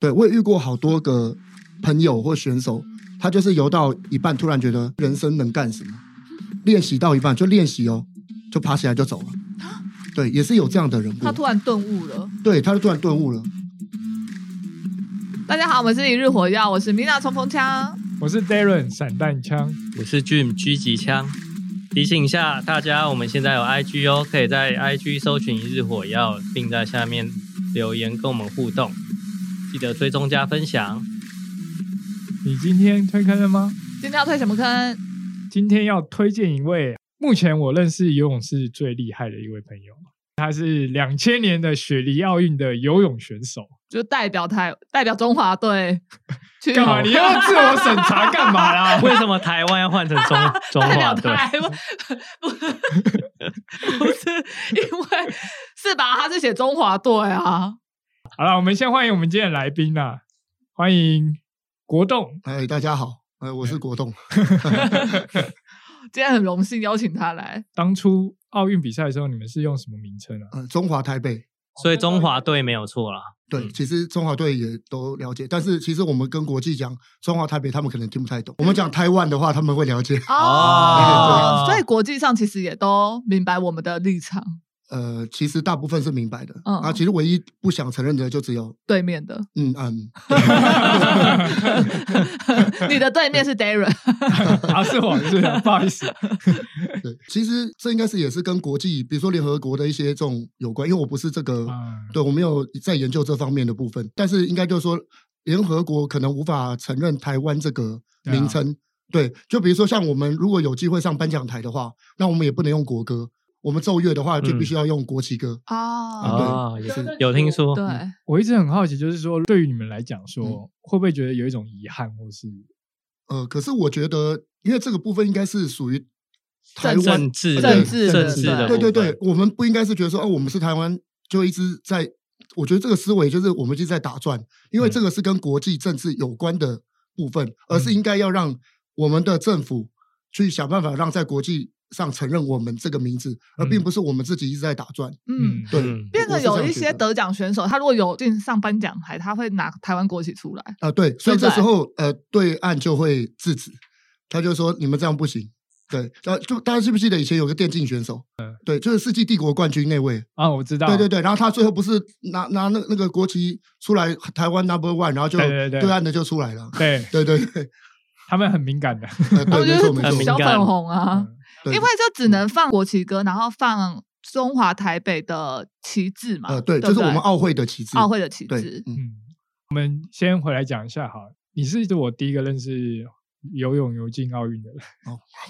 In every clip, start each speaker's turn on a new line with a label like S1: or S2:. S1: 对我也遇过好多个朋友或选手，他就是游到一半，突然觉得人生能干什么？练习到一半就练习哦，就爬起来就走了。对，也是有这样的人
S2: 他
S1: 过。
S2: 突然顿悟了。
S1: 对，他就突然顿悟了。
S2: 大家好，我们是一日火药，我是米娜冲锋枪。
S3: 我是 Darren 散弹枪，
S4: 我是 Jim 狙击枪。提醒一下大家，我们现在有 IG 哦，可以在 IG 搜寻一日火药，并在下面留言跟我们互动。记得追踪加分享。
S3: 你今天推坑了吗？
S2: 今天要推什么坑？
S3: 今天要推荐一位，目前我认识游泳是最厉害的一位朋友，他是两千年的雪梨奥运的游泳选手。
S2: 就代表台代表中华队去
S1: 哎
S3: 干嘛？你又自我审查啊干嘛啦？
S4: 为什么台湾要换成中中
S2: 代表
S4: 华队？
S2: 台湾？不不是因为是吧？他是写中华队啊。
S3: 好了，我们先欢迎我们今天的来宾啦，欢迎国栋。
S1: 哎，大家好，哎，我是国栋。
S2: 今天很荣幸邀请他来，
S3: 当初奥运比赛的时候，你们是用什么名称啊？
S1: 呃，中华台北。
S4: 所以中华队没有错啦。
S1: 对，
S2: 嗯
S1: 其实中华队也都了解，但是其实我们跟国际讲中华台北，他们可能听不太懂。我们讲台湾的话，他们会了解。
S2: 哦
S4: 哦，
S2: 所以国际上其实也都明白我们的立场，
S1: 呃，其实大部分是明白的。
S2: 嗯
S1: 啊，其实唯一不想承认的就只有
S2: 对面的，
S1: 嗯嗯，
S2: 你的对面是 Darren，
S3: 啊，是我，是 我，不好意思。
S1: 对。其实这应该是也是跟国际，比如说联合国的一些这种有关，因为我不是这个，
S3: 啊，
S1: 对我没有在研究这方面的部分，但是应该就是说，联合国可能无法承认台湾这个
S3: 对啊
S1: 名称。对，就比如说像我们如果有机会上颁奖台的话，那我们也不能用国歌。我们奏乐的话，就
S3: 嗯
S1: 必须要用国旗歌。
S2: 哦，
S4: 哦，也
S1: 对
S4: 是有听说。
S2: 对，
S3: 我一直很好奇，就是说，对于你们来讲说，
S1: 嗯
S3: 会不会觉得有一种遗憾，或是
S1: 呃，可是我觉得，因为这个部分应该是属于台
S2: 政
S1: 湾
S4: 政，治的
S2: 政治的
S4: 政治的
S1: 对对
S4: 部分
S1: 对，我们不应该是觉得说，哦，我们是台湾，就一直在。我觉得这个思维就是我们一直在打转，因为
S3: 嗯
S1: 这个是跟国际政治有关的部分，而
S4: 嗯
S1: 是应该要让我们的政府去想办法让在国际上承认我们这个名字，而并
S3: 嗯
S1: 不是我们自己一直在打转。
S2: 嗯，
S1: 对，
S4: 嗯
S2: 变
S1: 我
S2: 得
S1: 是这
S2: 有
S1: 样
S2: 一
S1: 觉
S2: 些
S1: 得
S2: 得奖选手，他如果有进上颁奖台，他会拿台湾国旗出来。
S1: 啊、对，所以
S2: 对
S1: 这
S2: 不
S1: 时
S2: 对
S1: 候呃，对岸就会制止，他就说你们这样不行。对，呃，就大家记不记得以前有个电竞选手，
S4: 嗯
S1: 对，就是世纪帝国冠军那位，
S3: 啊？我知道，
S1: 对对对，然后他最后不是拿拿那那个国旗出来，台湾 number one，然后就
S3: 对对对
S1: 岸的就出来了。
S3: 对，
S1: 对对对，
S3: 他们很敏感的。
S1: 呃
S2: 我
S1: 对，没
S2: 觉得
S1: 错没
S4: 很
S2: 是
S4: 敏
S1: 错
S2: 小
S4: 感，
S2: 粉红啊，
S3: 嗯
S1: 对
S2: 因为就只能放国旗歌，然后放中华台北的旗帜嘛。
S1: 呃对，
S2: 不
S1: 就是我们奥会的旗帜，
S2: 奥会的旗
S1: 对
S2: 帜，。
S1: 嗯
S3: 嗯，我们先回来讲一下哈，你是我第一个认识游泳游进奥运的人，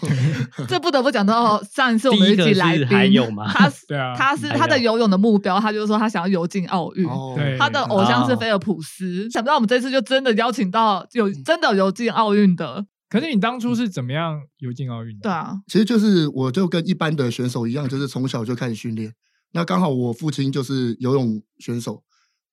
S2: 这不得不讲到上一次我们
S4: 第
S2: 一
S4: 一个
S2: 起来
S4: 是
S2: 宾，
S4: 还有 吗
S2: 他
S3: 对啊
S2: 他是
S4: 还
S2: 他的
S4: 有嗯
S2: 游泳的目标，他就说他想要游进奥运。
S1: 哦
S3: 对
S2: 他的偶像是菲尔普斯，想不到我们这次就真的邀请到有
S1: 嗯
S2: 真的游进奥运的，
S3: 可是你当初是怎么样游进奥运的？
S2: 嗯对，啊，
S1: 其实就是我就跟一般的选手一样，就是从小就开始训练。那刚好我父亲就是游泳选手，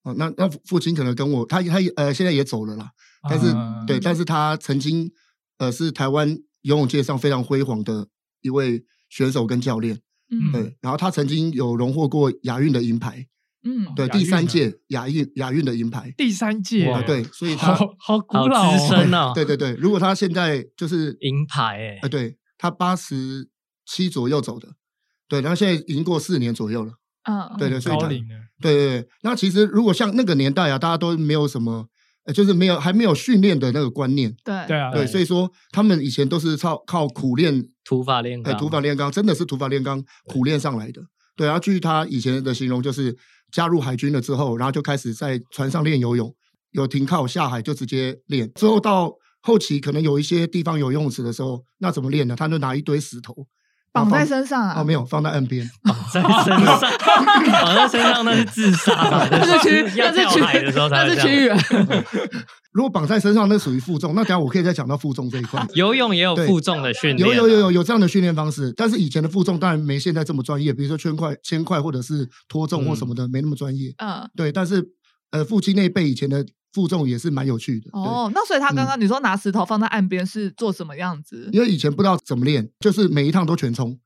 S1: 啊、那那父亲可能跟我他他也呃现在也走了啦，但是、
S3: 啊
S1: 对，但是他曾经呃是台湾游泳界上非常辉煌的一位选手跟教练，
S2: 嗯
S1: 对，然后他曾经有荣获过亚运的银牌，
S2: 嗯，
S1: 对，
S3: 亚
S1: 第
S3: 运
S1: 三
S3: 啊
S1: 届亚运亚运的银牌，
S3: 第三届
S4: 哇
S1: 啊，对，所以 他
S3: 好好古
S4: 好
S3: 老、
S4: 资
S3: 哦，
S4: 深哦，
S1: 对对对，如果他现在就是
S4: 银牌哎
S1: 啊，，对他八十七左右走的，对，然后现在已经过四年左右了，
S2: 嗯，
S1: 对 对，所以
S3: 高
S1: 他对
S3: 龄了。
S1: 对对，那其实如果像那个年代啊，大家都没有什么，呃就是没有还没有训练的那个观念，
S2: 对
S3: 对啊，
S1: 对，
S4: 对
S1: 所以说他们以前都是靠靠苦练
S4: 土法炼
S1: 哎，
S4: 钢，
S1: 土法炼钢真的是土法炼钢苦练上来的。对，然后据他以前的形容，就是加入海军了之后，然后就开始在船上练游泳，有停靠下海就直接练。之后到后期可能有一些地方有游泳池的时候，那怎么练呢？他就拿一堆石头
S2: 绑在
S1: 放
S2: 身上啊，
S1: 哦，没有放在岸边，
S4: 绑在身上，绑在身上那是自杀吧，
S2: 那是
S4: 就
S2: 区， 那
S4: 要
S2: 是
S4: 跳
S2: 区，
S4: 海的时候才
S2: 那
S4: 会
S2: 是
S4: 这
S2: 区啊
S4: 样。
S2: 远。
S1: 如果绑在身上，那属于负重。那等一下我可以再讲到负重这一块。
S4: 游泳也有负重的训 练
S1: 啊有
S4: 啊，
S1: 有有有有这样的训练方式，但是以前的负重当然没现在这么专业，比如说圈块、铅块或者是拖重或什么的，没那么专业。
S2: 嗯，
S1: 对，但是呃，父亲那一辈以前的负重也是蛮有趣的。对，
S2: 哦，那所以他刚刚你说拿石头放在岸边是做什么样子？
S1: 因为以前不知道怎么练，就是每一趟都全冲，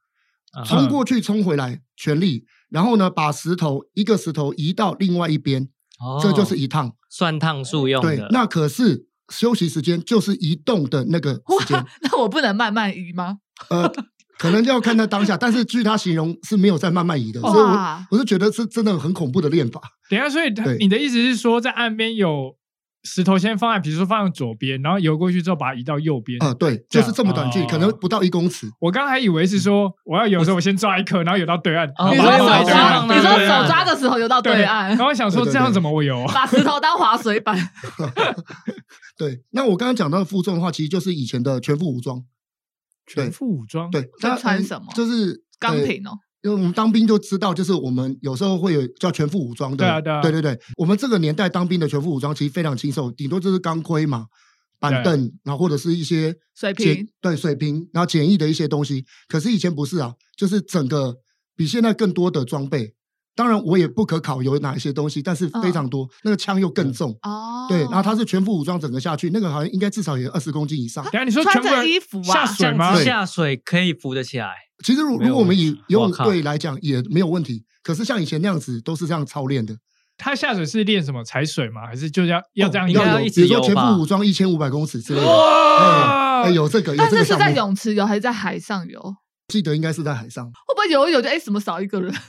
S4: 啊
S1: 冲过去，冲回来，全力。然后呢，把石头一个石头移到另外一边，
S4: 哦
S1: 这就是一趟。
S4: 算趟数用
S1: 对
S4: 的。，
S1: 那可是休息时间就是移动的那个时间
S2: 哇，，那我不能慢慢移吗？
S1: 呃，可能要看他当下，但是据他形容是没有在慢慢移的，所以我
S2: 哇
S1: 我是觉得是真的很恐怖的练法。
S3: 等一下，所以他
S1: 对
S3: 你的意思是说，在岸边有石头先放在，比如说放在左边，然后游过去之后把它移到右
S4: 嗯
S3: 边。
S1: 呃，对，就是这么短距离，
S3: 哦
S1: 可能不到一公尺。
S3: 我刚还以为是说，我要游的时候我先抓一颗，然后游到对岸。
S4: 哦
S2: 你
S3: 然
S2: 说
S3: 后
S2: 手
S3: 把它
S4: 我
S3: 游到对
S2: 抓，
S3: 岸
S4: 懂了
S2: 你说
S4: 我懂了
S2: 手抓着石头游到对岸
S3: 然，后想说
S1: 对对
S3: 这样
S1: 对
S3: 怎么啊我游？
S2: 把石头当滑水板。
S1: 对，那我刚刚讲到的负重的话，其实就是以前的全副武装。
S3: 全副武装。
S1: 对，他
S2: 穿什么
S1: 就是
S2: 钢。
S1: 呃
S2: 瓶哦，
S1: 因为我们当兵就知道，就是我们有时候会有叫全副武装的，
S3: 对啊对啊
S1: 对对我们这个年代当兵的全副武装其实非常轻松，顶多就是钢盔嘛、板凳，然后或者是一些
S2: 水
S1: 简
S2: 瓶，
S1: 对水平，然后简易的一些东西。可是以前不是啊，就是整个比现在更多的装备。当然，我也不可考有哪一些东西，但是非常多。那个枪又更重，
S2: 嗯哦，
S1: 对，然后它是全副武装整个下去，那个好像应该至少也二十公斤以上。
S3: 等一下你说
S2: 穿
S3: 全部
S2: 着
S3: 人
S2: 衣服
S3: 下
S2: 啊
S4: 这
S3: 水吗
S4: 样？子
S1: 对
S4: 下水可以浮得起来，
S1: 其实如
S4: 没有
S1: 如果我们以游泳
S4: 我靠
S1: 队来讲也没有问题，可是像以前那样子都是这样操练的，
S3: 他下水是练什么踩水吗？还是就要要这样
S1: 哦
S4: 应该
S1: 要
S4: 要
S1: 有
S4: 一
S1: 比
S4: 直
S1: 如说
S4: 游
S1: 全
S4: 吧
S1: 副武装一千五百公尺之类的，
S3: 哇
S1: 哎，有这个，有
S2: 但
S1: 这
S2: 是
S1: 个
S2: 是
S1: 项
S2: 在
S1: 目，
S2: 泳池游还是在海上游？会
S1: 记得应该是在海上，
S2: 不会游一游就哎怎么少一个人？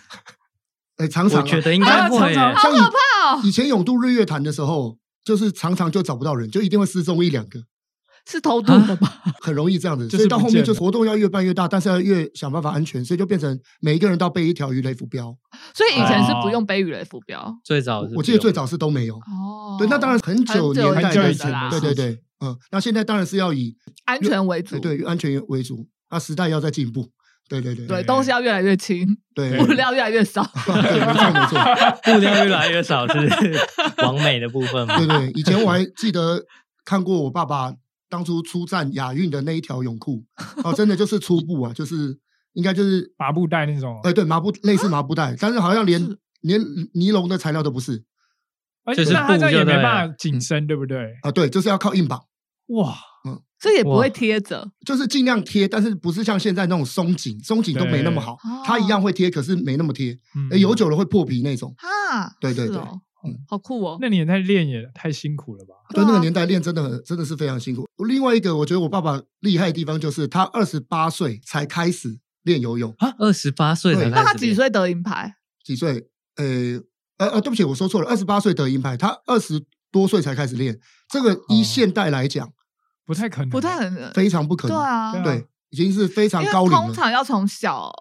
S1: 哎，常
S4: 我
S1: 常啊
S4: 觉得应该会、
S3: 啊常
S4: 欸。
S1: 像以
S2: 怕哦
S1: 以前泳渡日月潭的时候，就是常常就找不到人，就一定会失踪一两 个，
S2: 是偷渡的吧？
S1: 很容易这样子。
S3: 就是
S1: 所以到后
S3: 不见
S1: 面
S3: 了
S1: 就活动要越办越大，但是要越想办法安全，所以就变成每一个人都要背一条鱼雷浮标。
S2: 所以以前是不
S4: 啊
S2: 用背鱼雷浮标
S4: 最早
S1: 我
S4: 哦是
S1: 我记得
S4: 不用
S1: 最早是都没有。
S2: 哦。
S1: 对，那当然很久
S2: 很久
S1: 年代
S3: 很久以
S1: 的
S3: 前的
S1: 对对
S3: 事
S1: 对，嗯，那现在当然是要以
S2: 安全为主，
S1: 对对安全为主，那时代要在进步。对对对
S2: 对，东西要越来越轻，
S1: 对，
S2: 物料越来越少。
S1: 对，没错没错。
S4: 布料越来越少，是 完美的部分嘛
S1: 对？对，以前我还记得看过我爸爸当初出战亚运的那一条泳裤，哦，真的就是粗布啊，就是应该就是
S3: 麻布袋那种
S1: 哎，对，麻布类似麻布袋，但是好像连连尼龙的材料都不是
S3: 而
S4: 就是
S3: 哎那他这样
S4: 布
S3: 也没
S4: 就对了
S3: 办法
S1: 嗯
S3: 紧身，对不对？
S1: 啊，对，就是要靠硬绑，
S3: 哇，
S2: 所以也不
S4: 哇
S2: 会贴着，
S1: 就是尽量贴，但是不是像现在那种松紧，松紧都没那么好
S2: 对，
S1: 它一样会贴，可是没那么贴，
S3: 嗯
S1: 哎，游久了会破皮那种。
S2: 哈，
S1: 对对
S2: 是
S1: 对
S2: 哦
S1: 嗯
S2: 好酷哦。
S3: 那你也太练也太辛苦了吧？
S1: 对
S2: 对啊
S1: 那个年代练真的很真的是非常辛苦。另外一个我觉得我爸爸厉害的地方就是他二十八岁才开始练游泳，
S4: 啊，二十八岁才
S1: 对
S4: 开始
S2: 那他几
S4: 练？
S2: 岁得银牌？
S1: 几岁？呃呃呃，对不起，我说错了，二十八岁得银牌，他二十多岁才开始练，这个
S2: 哦
S1: 依现代来讲、
S3: 不太可能，
S2: 不太可能，
S1: 嗯非常不可
S2: 对
S1: 能，
S2: 啊，
S3: 对啊
S1: 对已经是非常
S2: 因为
S1: 高龄
S2: 通
S1: 了。
S2: 常要从小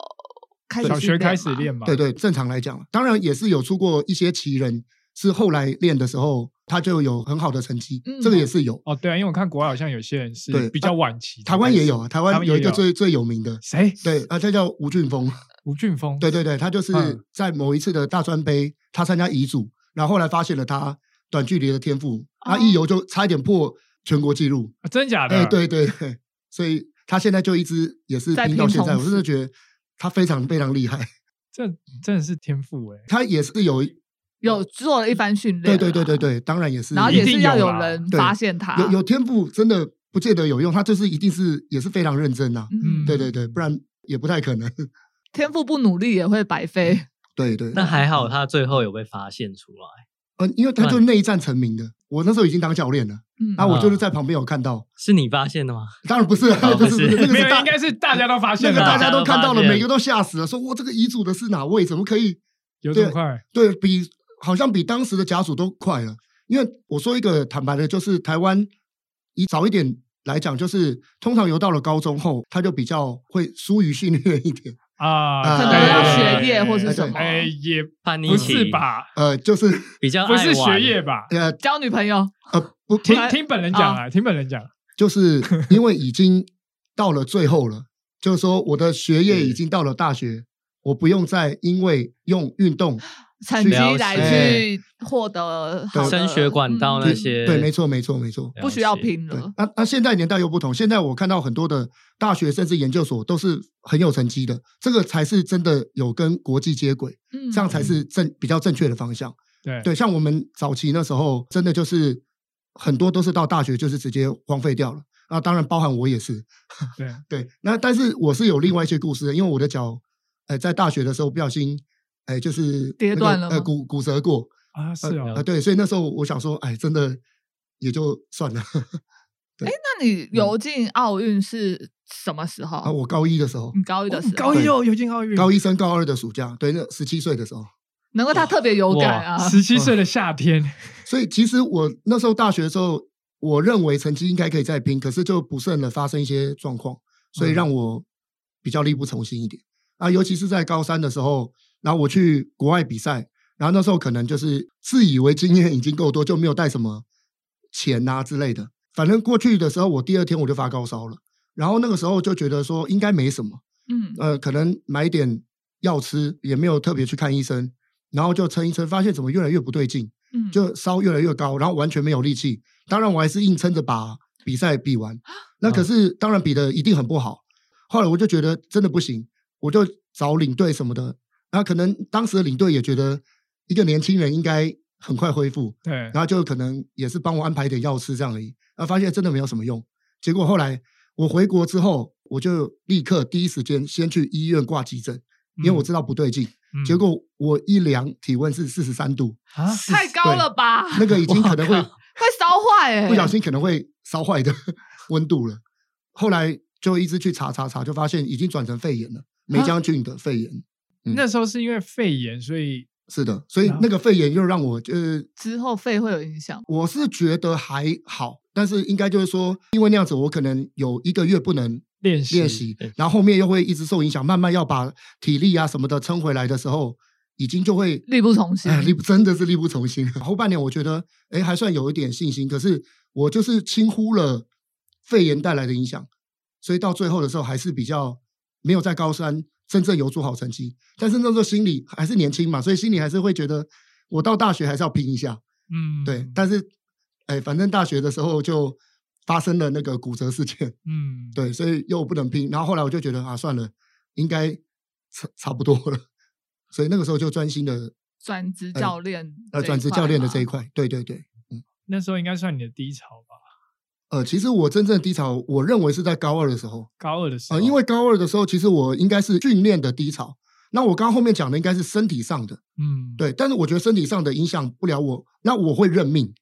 S2: 开始
S3: 小学
S2: 训
S3: 开始
S2: 嘛
S3: 练嘛？
S1: 对对，正常来讲，当然也是有出过一些奇人，是后来练的时候他就有很好的成绩，
S2: 嗯
S1: 这个也是有。
S3: 哦，对啊，因为我看国外好像有些人是
S1: 对
S3: 比较晚期才
S1: 台
S3: 开始，
S1: 湾也有啊，台湾
S3: 他们
S1: 有一
S3: 也
S1: 个最最有名的，
S3: 谁？
S1: 对啊，他叫吴俊峰，
S3: 吴俊峰，
S1: 对对对，他就是
S3: 嗯
S1: 在某一次的大专杯，他参加乙组，然后后来发现了他短距离的天赋，他一
S2: 哦
S1: 游就差一点破全国纪录。
S3: 啊，真假的？
S1: 哎，对对对，所以他现在就一直也是
S2: 在
S1: 拼到
S2: 拼
S1: 现在，
S2: 冲
S1: 我真的觉得他非常非常厉害，
S3: 这真的是天赋哎、
S1: 他也是有 一
S2: 有做了一番训
S1: 对
S2: 练，
S1: 对对对，对，当然也是，
S2: 啊然后
S3: 一
S2: 也啊
S3: 定
S2: 是要
S3: 有
S2: 有
S3: 啦
S2: 人
S1: 对
S2: 发现他，
S1: 有有天赋，真的不见得有用，他就是一定是也是非常认真呐、啊
S2: 嗯，
S1: 对对对，不然也不太可能，
S2: 天赋不努力也会白 费，
S1: 对对，
S4: 那还好，他最后有被发现出来，
S1: 呃，因为他就是那一战成名的，我那时候已经当教练了，
S2: 嗯，
S1: 然后我
S4: 啊
S1: 就是在旁边有看到，
S4: 是你发现的吗？
S1: 当然不是，
S4: 哦
S1: 不是不
S4: 不是
S1: 是，那个
S3: 没
S1: 是
S3: 有，
S1: 大
S3: 应该是大家都发
S1: 那
S3: 现
S1: 个
S3: 了吧，
S1: 大家都看到了，
S4: 大家都发现
S1: 每个都吓死了，说哇，这个遗嘱的是哪位？怎么可以？
S3: 有这么快？
S1: 对比好像比当时的家属都快了。因为我说一个坦白的，就是台湾以早一点来讲，就是通常游到了高中后，他就比较会疏于训练一点，
S3: 啊，
S1: 啊
S2: 可
S1: 对
S2: 能要学业或是
S1: 对
S2: 什么，
S3: 哎，也
S4: 叛逆
S3: 不
S4: 期
S3: 是？吧？
S1: 呃，就是
S4: 比较
S3: 不是
S4: 爱玩
S3: 学业吧？
S1: 呃
S2: 嗯交女朋友，
S1: 呃不，
S3: 听
S2: 来
S3: 听本人讲啊，听本人讲，
S1: 就是因为已经到了最后了，就是说我的学业已经到了大学，我不用再因为用运动
S2: 成绩
S4: 了
S2: 来
S1: 解
S2: 去获得好的
S4: 升学管道那
S2: 嗯
S4: 些，
S1: 对，没错，没错，没错。
S4: 了
S2: 不需要
S4: 解。
S2: 拼
S1: 对
S2: 了，，
S1: 那、那、现在年代又不同，现在我看到很多的大学甚至研究所都是很有成绩的，这个才是真的有跟国际接轨，
S2: 嗯
S1: 这样才是正比较正确的方向。
S3: 对
S1: 对，像我们早期那时候，真的就是很多都是到大学就是直接荒废掉了。那当然包含我也是，
S3: 对，
S1: 对。那但是我是有另外一些故事的，因为我的脚，呃，在大学的时候不小心，哎、就是
S2: 跌
S1: 那个
S2: 断了
S1: 呃，
S2: 吗
S1: 骨骨折过。
S3: 啊，是
S4: 呃
S3: 哦，
S1: 啊，对，所以那时候我想说，哎，真的也就算了。
S2: 那你游进奥运是什么时候？
S1: 嗯啊，我高一的时候，
S2: 你高一的时候，
S3: 高一哦，有进奥运，
S1: 高一升高二的暑假，对，那十七岁的时候，
S2: 难怪他特别有感啊！
S3: 十七岁的夏天，
S1: 所以其实我那时候大学的时候，我认为成绩应该可以再拼，可是就不慎的发生一些状况，所以让我比较力不从心一点啊。尤其是在高三的时候，然后我去国外比赛，然后那时候可能就是自以为经验已经够多，就没有带什么钱啊之类的。反正过去的时候，我第二天我就发高烧了，然后那个时候就觉得说应该没什么，
S2: 嗯，
S1: 呃，可能买点药吃，也没有特别去看医生，然后就撑一撑，发现怎么越来越不对劲，
S2: 嗯
S1: 就烧越来越高，然后完全没有力气。当然，我还是硬撑着把比赛比完。那可是当然比的一定很不好。后来我就觉得真的不行，我就找领队什么的。那可能当时的领队也觉得一个年轻人应该很快恢复，
S3: 对
S1: 然，后就可能也是帮我安排点药吃这样而已。啊，发现真的没有什么用。结果后来我回国之后，我就立刻第一时间先去医院挂急诊，因为我知道不对劲。
S3: 嗯
S1: 结果我一量体温是四十三 度，
S3: 啊，
S2: 太高了吧？
S1: 那个已经可能会
S2: 会烧坏哎！
S1: 不小心可能会烧坏的 温度了。后来就一直去查查查，就发现已经转成肺炎了，
S3: 啊
S1: 梅将军的肺炎。嗯
S3: 那时候是因为肺炎，所以
S1: 是的，所以那个肺炎又让我就是
S2: 之后肺会有影响，
S1: 我是觉得还好，但是应该就是说，因为那样子，我可能有一个月不能
S3: 练习
S1: 练习
S4: 对，
S1: 然后后面又会一直受影响，慢慢要把体力啊什么的撑回来的时候，已经就会
S2: 力不从心
S1: 哎，。力不真的是力不从心。后半年我觉得，哎，还算有一点信心，可是我就是轻忽了肺炎带来的影响，所以到最后的时候还是比较没有在高三真正有出好成绩。但是那时候心里还是年轻嘛，所以心里还是会觉得，我到大学还是要拼一下。
S3: 嗯，
S1: 对，但是，哎，反正大学的时候就发生了那个骨折事件，
S3: 嗯，
S1: 对，所以又不能拼。然后后来我就觉得啊，算了，应该差差不多了，所以那个时候就专心的
S2: 转职教练，
S1: 呃转职教练的这一
S2: 块
S1: 块，对对对。
S3: 那时候应该算你的低潮吧，
S1: 呃，其实我真正低潮，我认为是在高二的时候，
S3: 高二的时候，
S1: 呃，因为高二的时候，其实我应该是训练的低潮。那我刚刚后面讲的应该是身体上的，
S3: 嗯，
S1: 对，但是我觉得身体上的影响不了我，那我会认命，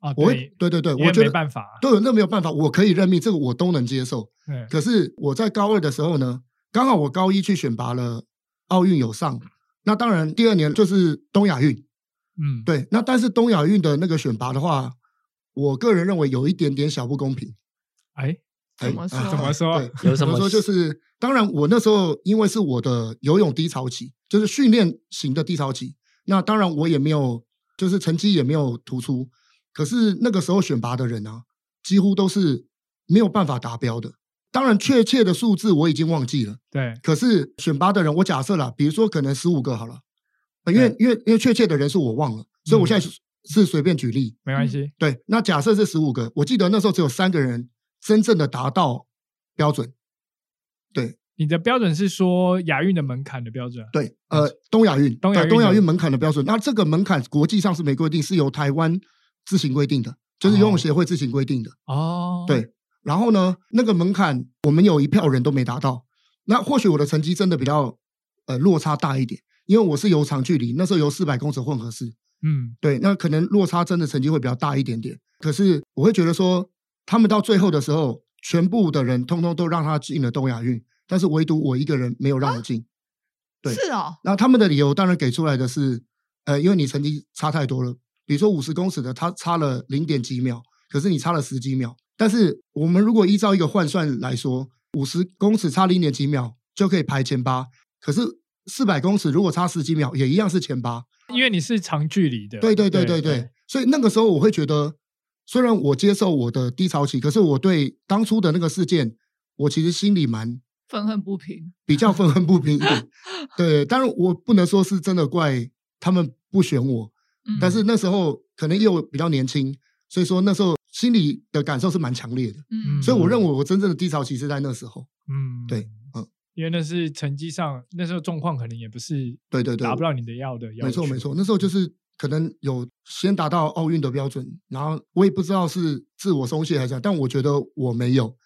S3: 啊，
S1: 我会
S3: 对，
S1: 对对对，
S3: 因为
S1: 我觉
S3: 没
S1: 得
S3: 办法，啊
S1: 对，那没有办法，我可以认命，这个我都能接受。
S3: 对，
S1: 可是我在高二的时候呢，刚好我高一去选拔了奥运有上，那当然第二年就是东亚运，
S3: 嗯，
S1: 对，那但是东亚运的那个选拔的话，我个人认为有一点点小不公平。
S3: 哎，
S1: 哎
S2: 怎么说
S1: 啊
S3: 怎么说
S1: 对
S4: 有什
S1: 怎么
S4: 么
S1: 说？就是当然，我那时候因为是我的游泳低潮期，就是训练型的低潮期。那当然，我也没有，就是成绩也没有突出。可是那个时候选拔的人啊，几乎都是没有办法达标的。当然，确切的数字我已经忘记了。
S3: 对，
S1: 可是选拔的人，我假设啦，比如说可能十五个好了，呃因为因为因为确切的人数我忘了，所以
S3: 嗯
S1: 我现在是是随便举例。
S3: 没关系，
S1: 对，那假设是十五个，我记得那时候只有三个人真正的达到标准。
S3: 你的标准是说亚运的门槛的标准，
S1: 对，呃，东亚运，
S3: 嗯东亚
S1: 呃
S3: 运
S1: 东亚
S3: 的
S1: 运门槛的标准，那这个门槛国际上是没规定，是由台湾自行规定的，就是游
S3: 哦
S1: 泳协会自行规定的。
S3: 哦，
S1: 对然后呢，那个门槛我们有一票人都没达到，那或许我的成绩真的比较呃落差大一点，因为我是游长距离，那时候游四百公尺混合式，
S3: 嗯，
S1: 对，那可能落差真的成绩会比较大一点点。可是我会觉得说，他们到最后的时候，全部的人通通都让他进了东亚运，但是唯独我一个人没有让我进。对
S2: 是哦，
S1: 那他们的理由当然给出来的是，呃，因为你成绩差太多了，比如说五十公尺的，他差了零点几秒，可是你差了十几秒。但是我们如果依照一个换算来说，五十公尺差零点几秒就可以排前八，可是四百公尺如果差十几秒，也一样是前八。
S3: 因为你是长距离的，
S1: 对对对对对，，所以那个时候我会觉得，虽然我接受我的低潮期，可是我对当初的那个事件，我其实心里蛮
S2: 愤恨不平。
S1: 比较愤恨不平一点。对，当然我不能说是真的怪他们不选我，
S2: 嗯
S1: 但是那时候可能因为我比较年轻，所以说那时候心里的感受是蛮强烈的。
S2: 嗯，
S1: 所以我认为我真正的低潮期是在那时候。
S3: 嗯，
S1: 对，嗯，
S3: 因为那是成绩上那时候状况可能也不是
S1: 对对对，
S3: 达不到你的要的要求，
S1: 没错没错，那时候就是可能有先达到奥运的标准，然后我也不知道是自我松懈还是怎样，但我觉得我没有。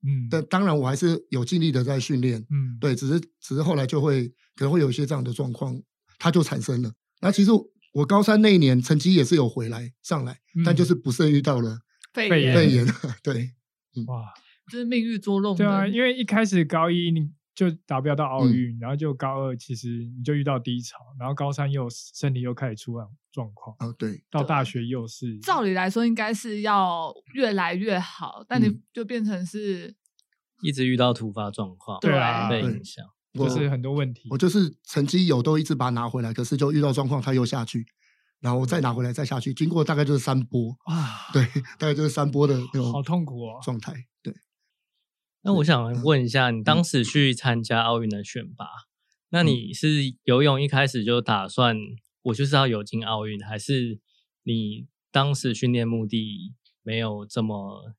S3: 嗯，
S1: 但当然我还是有尽力的在训练，
S3: 嗯，
S1: 对，只是只是后来就会可能会有一些这样的状况，它就产生了。那其实我我高三那一年成绩也是有回来上来，但
S3: 嗯
S1: 就是不慎遇到了
S2: 肺
S3: 肺
S2: 炎，
S1: 肺炎。对，
S3: 哇，
S2: 这是命运捉弄的。
S3: 对啊，
S1: 嗯
S3: 因为一开始高一你就达不到奥运，然后就高二其实你就遇到低潮，然后高三又身体又开始出状状况，
S1: 哦对，
S3: 到大学又是
S2: 照理来说应该是要越来越好，但你
S1: 嗯
S2: 就变成是
S4: 一直遇到突发状况，
S3: 对啊，
S4: 被
S1: 对
S4: 影响。
S1: 我
S3: 就是很多问题。
S1: 我就是成绩有都一直把它拿回来，可是就遇到状况它又下去，然后再拿回来再下去，经过大概就是三波，
S3: 啊，
S1: 对，大概就是三波的那
S3: 好
S1: 种
S3: 痛苦哦。
S1: 状态。对，
S4: 那我想
S1: 嗯
S4: 问一下，你当时去参加奥运的选拔，那
S1: 嗯
S4: 你是游泳一开始就打算我就是要游进奥运，还是你当时训练目的没有这么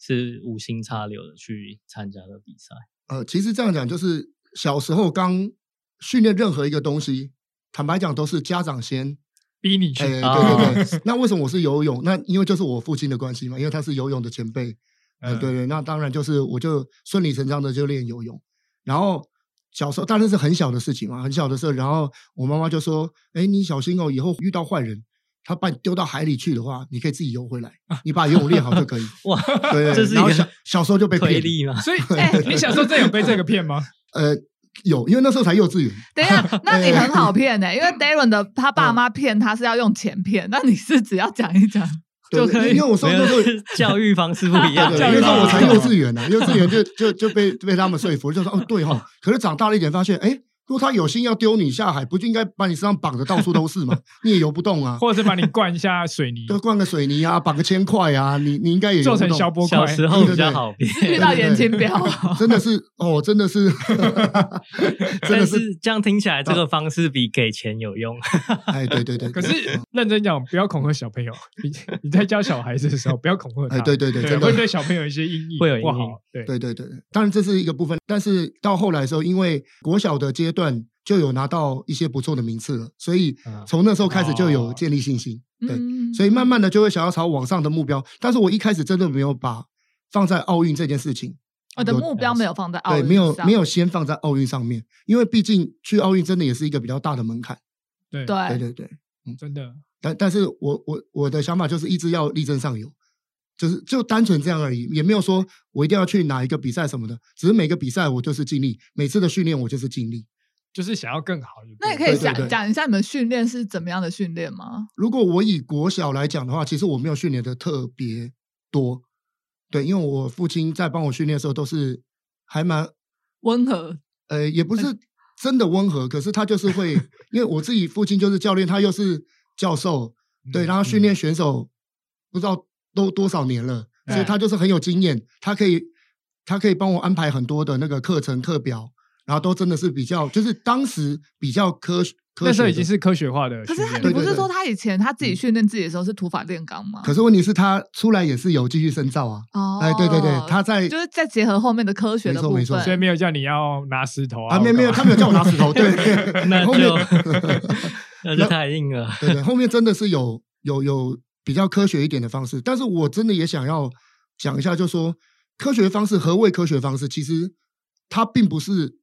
S4: 是无心插柳的去参加的比赛？
S1: 呃，其实这样讲就是小时候刚训练任何一个东西，坦白讲都是家长先
S3: 逼你去
S1: 哎，
S4: 啊
S1: 对对 对。那为什么我是游泳？那因为就是我父亲的关系嘛，因为他是游泳的前辈。嗯、
S3: 嗯
S1: 对对，那当然就是我就顺理成章的就练游泳。然后小时候，当然是很小的事情嘛，很小的事。然后我妈妈就说：“哎，你小心哦，以后遇到坏人，他把你丢到海里去的话，你可以自己游回来，你把游泳练好就可以。
S4: 哇，
S1: 对对对，
S4: 这是一
S1: 然后
S4: 个
S1: 小小时候就被
S4: 推
S1: 骗，
S4: 力吗？
S3: 所以，哎、你小时候真有被这个骗吗？
S1: 呃，有，因为那时候才幼稚园。
S2: 等一下，那你很好骗欸呢、因为 Darren 的他爸
S1: 嗯
S2: 妈骗他是要用钱骗，那你是只要讲一讲就
S1: 对
S2: 可
S1: 对，
S2: 以
S1: 因为。我上
S4: 没
S1: 那时候
S4: 有，教育方式不一 样。
S1: 对，
S3: 教
S1: 那
S3: 育
S1: 时候我才
S3: 方式
S1: 幼稚园呢、 幼稚园就就就被被他们说服，就说哦对哦。可是长大了一点，发现哎，如果他有心要丢你下海，不就应该把你身上绑的到处都是吗？你也游不动啊，
S3: 或者是把你灌一下水泥，
S1: 就灌个水泥啊，绑个铅块啊，你你应该也游
S3: 做
S1: 不
S3: 成
S1: 动
S3: 消波
S4: 小
S3: 块，
S4: 时候比较好变，
S2: 遇到严清标，
S1: 真的是哦，真的是， 真
S4: 但
S1: 的是，
S4: 是这样听起来，这个方式比给钱有用。
S1: 哎，对对对，
S3: 可是认真讲，不要恐吓小朋友。你你在教小孩子的时候，不要恐吓他。
S1: 哎对对对真的
S3: 会对小朋友有一些阴影，
S4: 会有阴
S3: 不
S4: 影
S3: 好。对，
S1: 对对对，当然这是一个部分，但是到后来的时候，因为国小的阶段就有拿到一些不错的名次了，所以
S4: 嗯
S1: 从那时候开始就有
S3: 哦
S1: 建立信心， 对。
S2: 嗯
S1: 所以慢慢的就会想要朝往上的目标。但是我一开始真的没有把放在奥运这件事情，
S2: 我哦的目标没有放在奥
S1: 对，
S2: 运
S1: 没有
S2: 上
S1: 没有先放在奥运上面，因为毕竟去奥运真的也是一个比较大的门槛。
S3: 对对，
S1: 对
S2: 对啊
S1: 对对，
S3: 真的
S1: 但但是我我我的想法就是一直要力争上游，就是就单纯这样而已，也没有说我一定要去哪一个比赛什么的，只是每个比赛我就是尽力，每次的训练我就是尽力。
S3: 就是想要更好。
S2: 那你可
S3: 对
S2: 以
S3: 不对
S1: 想
S2: 讲
S1: 对对
S2: 讲一下你们训练是怎么样的训练吗？
S1: 如果我以国小来讲的话，其实我没有训练的特别多，对，因为我父亲在帮我训练的时候都是还蛮
S2: 温和，
S1: 呃，也不是真的温和，可是他就是 会，因为我自己父亲就是教练，他又是教授，对，
S3: 嗯
S1: 然后训练选手不知道都多少年了，所以
S3: 对
S1: 他就是很有经验，他可以他可以帮我安排很多的那个课程课表，然后都真的是比较，就是当时比较科学科
S3: 那时候
S1: 学
S3: 已经
S1: 的。
S3: 是科学化的
S2: 可
S3: 训
S2: 是他
S3: 练，
S2: 你
S1: 对
S2: 不
S1: 对对
S2: 是
S1: 嗯
S2: 说他以前他自己训练自己的时候是土法炼钢吗？
S1: 可是问题是，他出来也是有继续深造啊。
S2: 哦，
S1: 哎，对对对，他在
S2: 就是再结合后面的科学的
S1: 没错
S2: 部
S1: 没错
S3: 所以
S2: 分，
S3: 没有叫你要拿石头
S1: 啊，没有没有，他没有叫我 拿石头，对，
S4: 那
S1: 后面
S4: 就 那就太硬了。
S1: 对对，后面真的是有有有比较科学一点的方式，但是我真的也想要讲一下，就说科学方式何谓科学方式？其实它并不是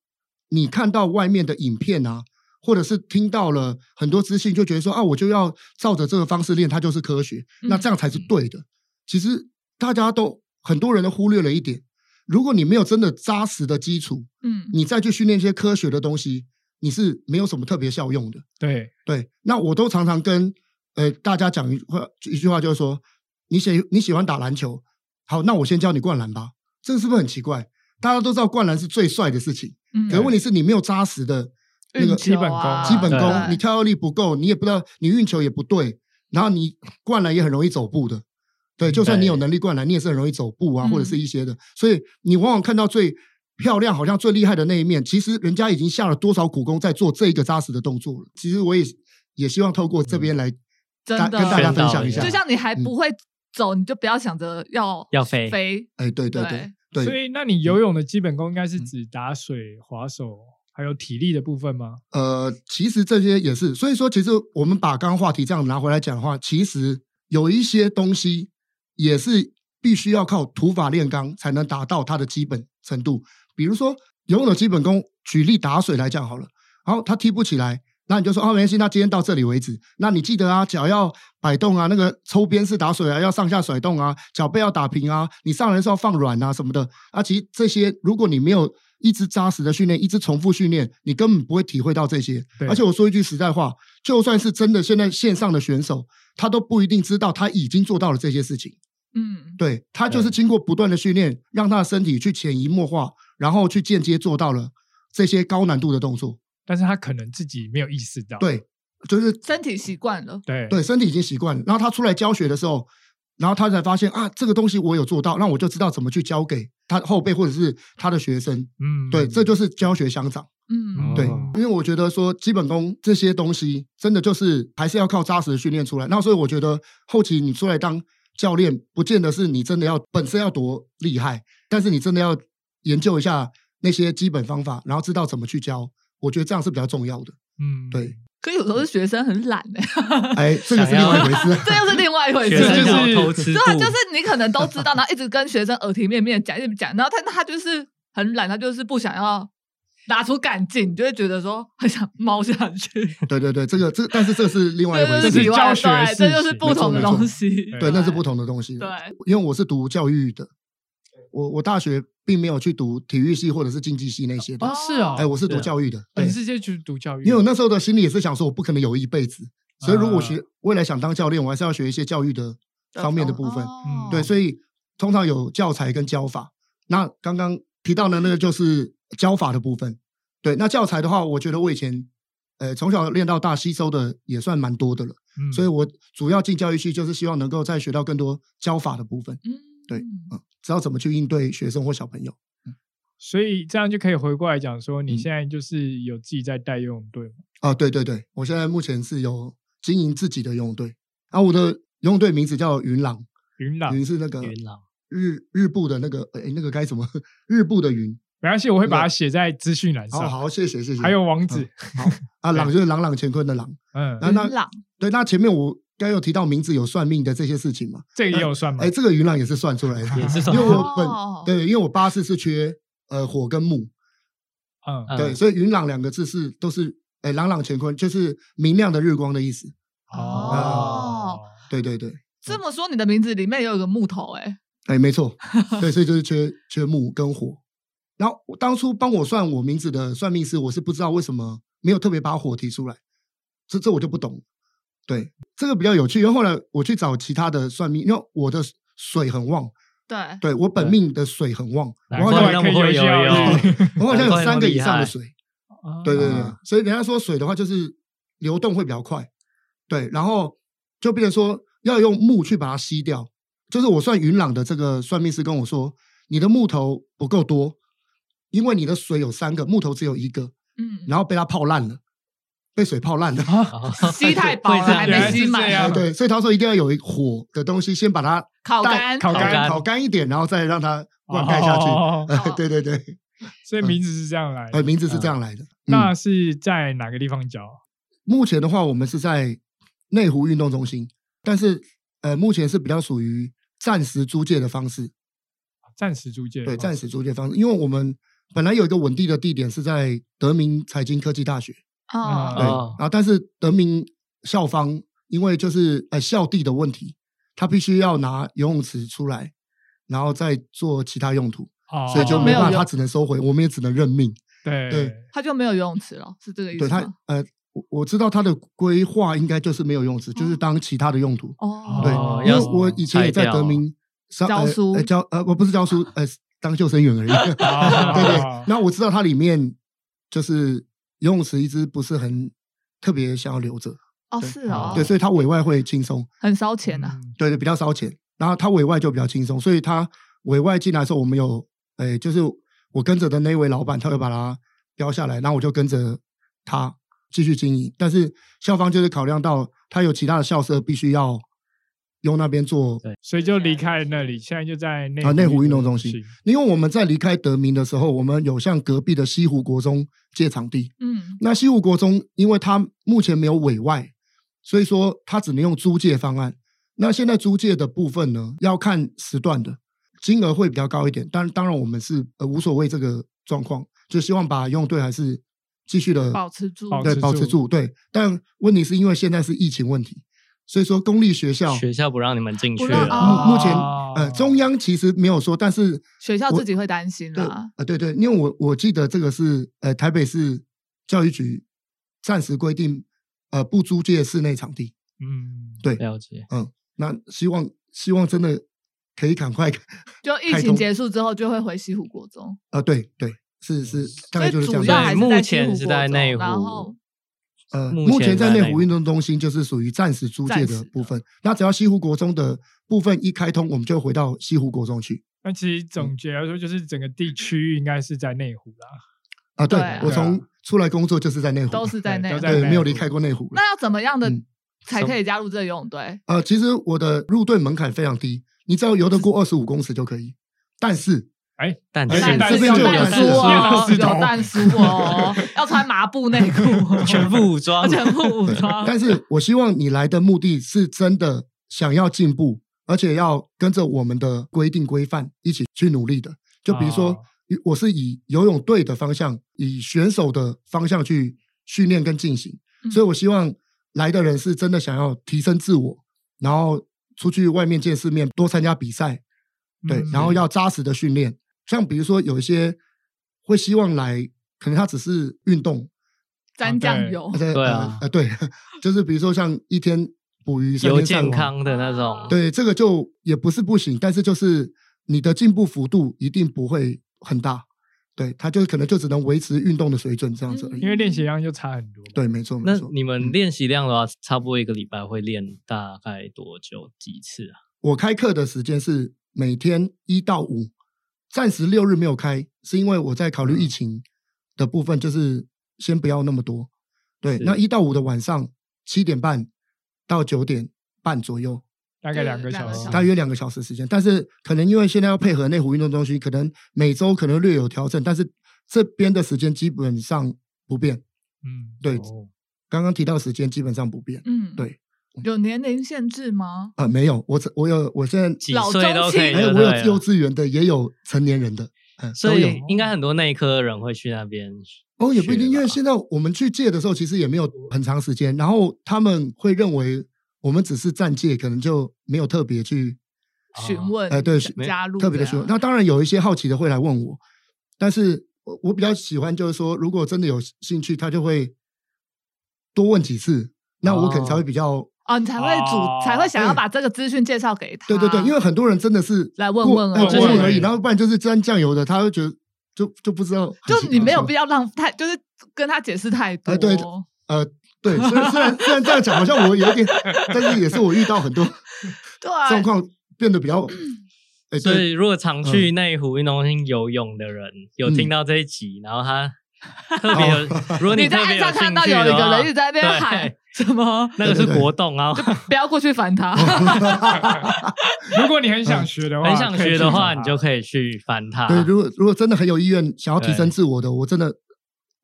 S1: 你看到外面的影片啊，或者是听到了很多资讯，就觉得说啊，我就要照着这个方式练，它就是科学，那
S2: 嗯
S1: 这样才是对的。其实大家都很多人都忽略了一点，如果你没有真的扎实的基础，
S2: 嗯，
S1: 你再去训练一些科学的东西，你是没有什么特别效用的。
S3: 对
S1: 对，那我都常常跟呃大家讲一话一句话，就是说你喜你喜欢打篮球，好，那我先教你灌篮吧。这是不是很奇怪？大家都知道灌篮是最帅的事情，
S2: 嗯
S1: 可是问题是你没有扎实的那个
S2: 运
S1: 基
S2: 球
S3: 本功
S2: 啊
S1: 本
S4: 对
S1: 功，你跳跃力不够，你也不知道你运球也不对，然后你灌篮也很容易走步的。对，就算你有能力灌篮，你也是很容易走步啊，
S2: 嗯
S1: 或者是一些的。所以你往往看到最漂亮、好像最厉害的那一面，其实人家已经下了多少苦功在做这一个扎实的动作了。其实我也也希望透过这边来
S2: 真
S1: 大
S2: 的
S1: 跟大家分享一下嗯
S4: 对
S2: 就。像你还不会走，你就不要想着要
S4: 要飞
S2: 飞，
S1: 哎，对对对对，嗯
S3: 所以那你游泳的基本功应该是指打水、划手，还有体力的部分吗？
S1: 呃，其实这些也是，所以说，其实我们把刚刚话题这样拿回来讲的话，其实有一些东西也是必须要靠土法炼钢才能达到它的基本程度。比如说游泳的基本功，举例打水来讲好了，然后他踢不起来，那你就说哦，没关系，那今天到这里为止。那你记得啊，脚要摆动啊，那个抽边式打水啊，要上下甩动啊，脚背要打平啊，你上来的时候要放软啊什么的。啊，其实这些如果你没有一直扎实的训练，一直重复训练，你根本不会体会到这些。
S3: 对
S1: 而且我说一句实在话，就算是真的现在线上的选手，他都不一定知道他已经做到了这些事情。
S2: 嗯，
S1: 对他就是经过不断的训练，让他的身体去潜移默化，然后去间接做到了这些高难度的动作。
S3: 但是他可能自己没有意识到。
S1: 对，就是
S2: 身体习惯了，
S3: 对
S1: 对，身体已经习惯了。然后他出来教学的时候，然后他才发现啊，这个东西我有做到，那我就知道怎么去教给他后辈或者是他的学生。
S3: 嗯，
S1: 对，这就是教学相长。
S2: 嗯，
S1: 对
S3: 哦，
S1: 因为我觉得说基本功这些东西，真的就是还是要靠扎实的训练出来。那所以我觉得后期你出来当教练，不见得是你真的要本身要多厉害，但是你真的要研究一下那些基本方法，然后知道怎么去教。我觉得这样是比较重要的。
S3: 嗯
S1: 对，
S2: 可有时候是学生很懒哎、
S1: 哎，这个是另外一回事。
S2: 这又是另外一回
S4: 学
S2: 事，
S3: 这就
S4: 生
S3: 是
S4: 想要偷吃
S2: 对
S4: 布，
S2: 啊，就是你可能都知道，然后一直跟学生耳提面命地讲，一直讲，然后他他就是很懒，他就是不想要拿出干劲，你就会觉得说很想猫下 去，
S1: 对对对，这个这但是这是另外一回事。
S2: 这就是
S3: 这
S2: 题
S3: 是
S2: 外
S3: 教
S2: 话
S3: 学的
S2: 对，这就是
S3: 事情
S2: 不同的
S1: 没错没错
S2: 东西，
S1: 对，那是不，同的东西。
S2: 对，
S1: 因为我是读教育的，我我大学并没有去读体育系或者是竞技系那些的。
S3: 哦是哦，
S1: 哎，我是
S4: 是
S1: 读
S4: 啊
S1: 教育的，
S3: 本
S1: 对，
S3: 世界去读教育，
S1: 因为我那时候的心里也是想说，我不可能有一辈子，所以如果我
S3: 啊
S1: 学未来想当教练，我还是要学一些教育的方面的部分。嗯
S2: 哦
S1: 对，所以通常有教材跟教法。那刚刚提到的那个就是教法的部分。对，那教材的话，我觉得我以前呃从小练到大，吸收的也算蛮多的了。
S3: 嗯
S1: 所以我主要进教育系就是希望能够再学到更多教法的部分，
S2: 嗯，
S1: 对知道怎么去应对学生或小朋友。
S3: 所以这样就可以回过来讲说，你
S1: 嗯
S3: 现在就是有自己在带游泳队嘛？
S1: 啊，对对对，我现在目前是有经营自己的游泳队，啊，我的游泳队名字叫云朗，
S3: 云朗，
S1: 云是那个
S4: 啊云朗
S1: 日日部的那个，哎，那个该怎么 日部的云？
S3: 没关系，我会把它写在资讯栏
S4: 啊
S1: 好
S3: 上，
S1: 哦好，谢谢谢谢。
S3: 还有网 址。
S1: 好啊，朗就是朗朗乾坤的朗。
S3: 嗯，
S1: 那那
S2: 云朗
S1: 对，那前面我刚有提到名字有算命的这些事情嘛？
S3: 这个也有算吗
S1: 哎，？这个云朗也是算出来的，
S4: 嗯也是
S1: 因
S4: 算
S1: 为我本
S2: 哦
S1: 对，因为我八字是缺呃火跟木，
S3: 嗯，
S4: 嗯
S1: 对，所以云朗两个字是都是哎朗朗乾坤，就是明亮的日光的意思。
S2: 哦，
S1: 对对对，
S2: 这么说，你的名字里面也有一个木头哎、
S1: 哎，没错，对，所以就是缺缺木跟火。然后我当初帮我算我名字的算命师，我是不知道为什么没有特别把火提出来，这这我就不懂。对，这个比较有趣。因为后来我去找其他的算命，因为我的水很旺，
S2: 对，
S1: 对我本命的水很旺，我
S4: 难
S1: 好
S4: 怪
S1: 像
S3: 那可
S4: 那么
S3: 以
S4: 会
S3: 有
S4: 游
S3: 效
S4: 泳，
S1: 我好像有三个以上
S4: 难怪那么厉害
S1: 的水，对对
S3: 哦
S1: 对
S4: 啊，
S1: 所以人家说水的话就是流动会比较快，对，然后就变成说要用木去把它吸掉。就是我算云朗的这个算命师跟我说，你的木头不够多，因为你的水有三个，木头只有一个，
S2: 嗯，
S1: 然后被它泡烂了，被水泡烂了。
S3: 啊
S2: 吸太饱了，
S4: 会这样
S2: 还
S3: 原
S2: 没
S3: 来是
S2: 吸
S3: 这
S2: 满，
S3: 样
S1: 对，所以他说一定要有一火的东西，先把它
S2: 烤
S1: 带
S2: 干，
S3: 烤
S1: 烤
S3: 干
S1: 干，烤干一点，然后再让它灌溉下去。
S3: 哦
S1: 对对对，
S3: 所以名字是这样来
S1: 呃，
S3: 的。
S1: 名字是这样来的。嗯
S3: 那是在哪个地方教？
S1: 目前的话，我们是在内湖运动中心，但是呃，目前是比较属于暂时租借的方式，
S3: 暂时租借。
S1: 对，暂
S3: 时。
S1: 时租借方式，因为我们本来有一个稳定的地点是在德明财经科技大学，
S2: 哦
S1: 对，
S4: 哦
S1: 然后但是德明校方因为就是呃校地的问题，他必须要拿游泳池出来，然后再做其他用途，
S3: 哦，
S1: 所以就没
S2: 那没有
S1: 办法，
S2: 游
S1: 他只能收回，我们也只能认命。
S3: 对
S1: 对
S2: 他就没有游泳池了，是这个意
S1: 对
S2: 思吗？
S1: 他呃，我我知道他的规划应该就是没有游泳池，就是当其他的用途。
S2: 哦，
S1: 对，
S4: 哦
S1: 因为
S4: 要
S1: 我以前也在
S4: 拆掉
S1: 德明上
S2: 教
S1: 呃
S2: 书
S1: 呃教呃，我不是教书，呃，当救生员 而已。
S3: 哦
S1: 对对，那我知道它里面就是游泳池一直不是很特别想要留着，
S2: 哦是哦，
S1: 对，所以它委外会轻松，
S2: 很烧钱啊呐、
S3: 嗯
S1: 对对，比较烧钱，然后它委外就比较轻松，所以它委外进来的时候，我们有，哎，就是我跟着的那位老板，他会把它标下来，然后我就跟着他继续经营，但是校方就是考量到他有其他的校舍必须要用那边做
S3: 所以就离开了那里，现在就在内
S1: 啊内湖运动中心因为我们在离开德明的时候，我们有向隔壁的西湖国中借场地。
S2: 嗯，
S1: 那西湖国中，因为它目前没有委外，所以说它只能用租借方案。那现在租借的部分呢，要看时段的，金额会比较高一点。但当然，我们是呃无所谓这个状况，就希望把用队还是继续的
S2: 保持住，
S3: 保
S1: 对保
S3: 持
S1: 持
S3: 住
S1: 住对。但问题是因为现在是疫情问题，所以说公立学校
S4: 学校不让你们进去
S2: 不让
S4: 了，
S2: 哦
S1: 目目前
S3: 哦
S1: 呃中央其实没有说，但是
S2: 学校
S1: 我
S2: 自己会担心
S1: 对
S2: 啦
S1: 啊、。对对，因为我我记得这个是呃台北市教育局暂时规定呃不租借室内场地，
S3: 嗯，
S4: 了解。
S1: 那希望希望真的可以赶快
S2: 就疫
S1: 开
S2: 情
S1: 通
S2: 结束之后，就会回西湖国中，
S1: 呃对对是是大概就是这样
S2: 主
S1: 子
S2: 要。还是在
S4: 对目
S2: 西湖
S4: 前
S2: 国
S4: 是在
S2: 中
S4: 内
S2: 然
S4: 湖
S2: 后
S1: 呃，
S4: 目
S1: 目
S4: 前
S1: 前在
S4: 在
S1: 内
S4: 内
S1: 湖运动中心就是属于暂时租借
S2: 暂时
S1: 的
S2: 的
S1: 部分。那只要西湖国中的部分一开通，我们就回到西湖国中去。
S3: 那其
S1: 嗯
S3: 实总结来说，就是整个地区应该是在内湖啦。
S1: 啊，对
S2: 对啊
S1: 我从出来工作就是在内湖，
S2: 都是在
S3: 对
S2: 内
S3: 都
S2: 湖。
S3: 在内
S1: 对，没有离
S3: 湖
S1: 开过内湖了。
S2: 那要怎么样的
S1: 嗯
S2: 才
S4: 什
S2: 可以加入这个游泳队？
S1: 呃，其实我的入队门槛非常低，你只要游得过二十五公尺就可以。但是
S4: 但
S1: 哎
S4: 是
S1: 但
S2: 是
S1: 是
S2: 有
S1: 就有
S2: 蛋
S1: 蛋
S2: 叔
S1: 叔
S2: 哦，
S3: 有蛋叔
S2: 有蛋叔哦，要穿麻布内裤哦，
S4: 全副武装，
S2: 全副武
S1: 对
S2: 装。
S1: 但是我希望你来的目的是真的想要进步，而且要跟着我们的规定规范一起去努力的。就比如说，
S3: 哦
S1: 我是以游泳队的方向，以选手的方向去训练跟进行，
S2: 嗯
S1: 所以我希望来的人是真的想要提升自我，然后出去外面见世面，多参加比赛，对，
S3: 嗯
S1: 然后要扎实的训练。像比如说有一些会希望来，可能他只是运动，
S2: 沾酱油
S1: 呃，对
S4: 对啊
S1: 呃呃对， 就是比如说像一天捕鱼，三
S4: 有
S1: 天上
S4: 健
S1: 网，
S4: 康的那
S2: 哦
S4: 种，
S1: 对这个就也不是不行，但是就是你的进步幅度一定不会很大，对，它就可能就只能维持运动的水准这样子而已。
S3: 因为练习量就差很多嘛。
S1: 嗯对，没错，没
S4: 嗯那
S1: 错。
S4: 你们练习量的话，差不多一个礼拜会练大概多久几次啊？
S1: 我开课的时间是每天一到五，暂时六日没有开，是因为我在考虑疫情的部分，就是先不要那么多。对，
S4: 是
S1: 那一到五的晚上七点半到九点半左右，
S3: 大概两个小
S2: 两个小
S3: 时
S2: 时。
S1: 大约两个小时时间。但是可能因为现在要配合内湖运动中心，可能每周可能略有调整，但是这边的时间基本上不变。
S3: 嗯，
S1: 对
S3: 哦
S1: 刚刚提到的时间基本上不变。
S2: 嗯，
S1: 对，
S2: 有年龄限制吗？
S1: 啊、没有，我只我有，我现在
S4: 几
S2: 老
S4: 岁都
S2: 中青
S4: 可
S1: 哎，
S4: 以，对
S1: 我
S4: 不对
S1: 有幼稚园的，也有成年人的，嗯，
S4: 所
S1: 都有
S4: 以。应该很多内科人会去那边
S1: 哦，也不一定，因为
S4: 学吧
S1: 现在我们去借的时候，其实也没有很长时间，然后他们会认为我们只是暂借，可能就没有特别去
S4: 哦
S2: 询问，
S1: 哎对
S2: 加加入啊
S1: 特别的询
S2: 询
S1: 问。那当然有一些好奇的会来问我，但是我我比较喜欢就是说，如果真的有兴趣，他就会多问几次，那我可能才会比较、
S2: 哦，你才会
S3: 哦
S2: 主才会想要
S1: 对
S2: 把这个资讯介绍给他。
S1: 对对对，因为很多人真的是
S2: 来 问
S1: 过
S2: 问而
S1: 哎
S2: 已
S1: 问问而已，
S3: 对
S1: 然后不然就是沾酱油的，他会觉得就就不知道很
S2: 就
S1: 奇怪，
S2: 你没有
S1: 是吧
S2: 必要浪太，就是跟他解释太多。
S1: 哎对呃。对，虽然虽然虽然这样讲，好像我有点， 但是也是我遇到很多
S2: 对 啊
S1: 状况变得比较，哎，
S4: 所
S1: 对
S4: 以如果常去内湖运动中心游泳的人，有
S1: 嗯
S4: 听到这一集，然 后他特别有，
S1: 哦
S4: 如果
S2: 你在
S4: 特
S2: 岸
S4: 别有
S2: 上
S4: 兴
S2: 看
S4: 趣
S2: 到有一
S4: 的
S2: 个
S4: 话
S2: 人一直在那边喊
S4: 对
S2: 什么，
S4: 那个是国栋啊，
S2: 不要过去烦他。
S3: 如果你
S1: 嗯
S3: 很想学的话，
S4: 很想
S3: 可以
S4: 学
S3: 去
S4: 的
S3: 找
S4: 话，
S3: 他
S4: 你就可以去翻它。
S1: 对，如果如果真的很有意愿想要提升
S4: 啊对
S1: 自我的，我真的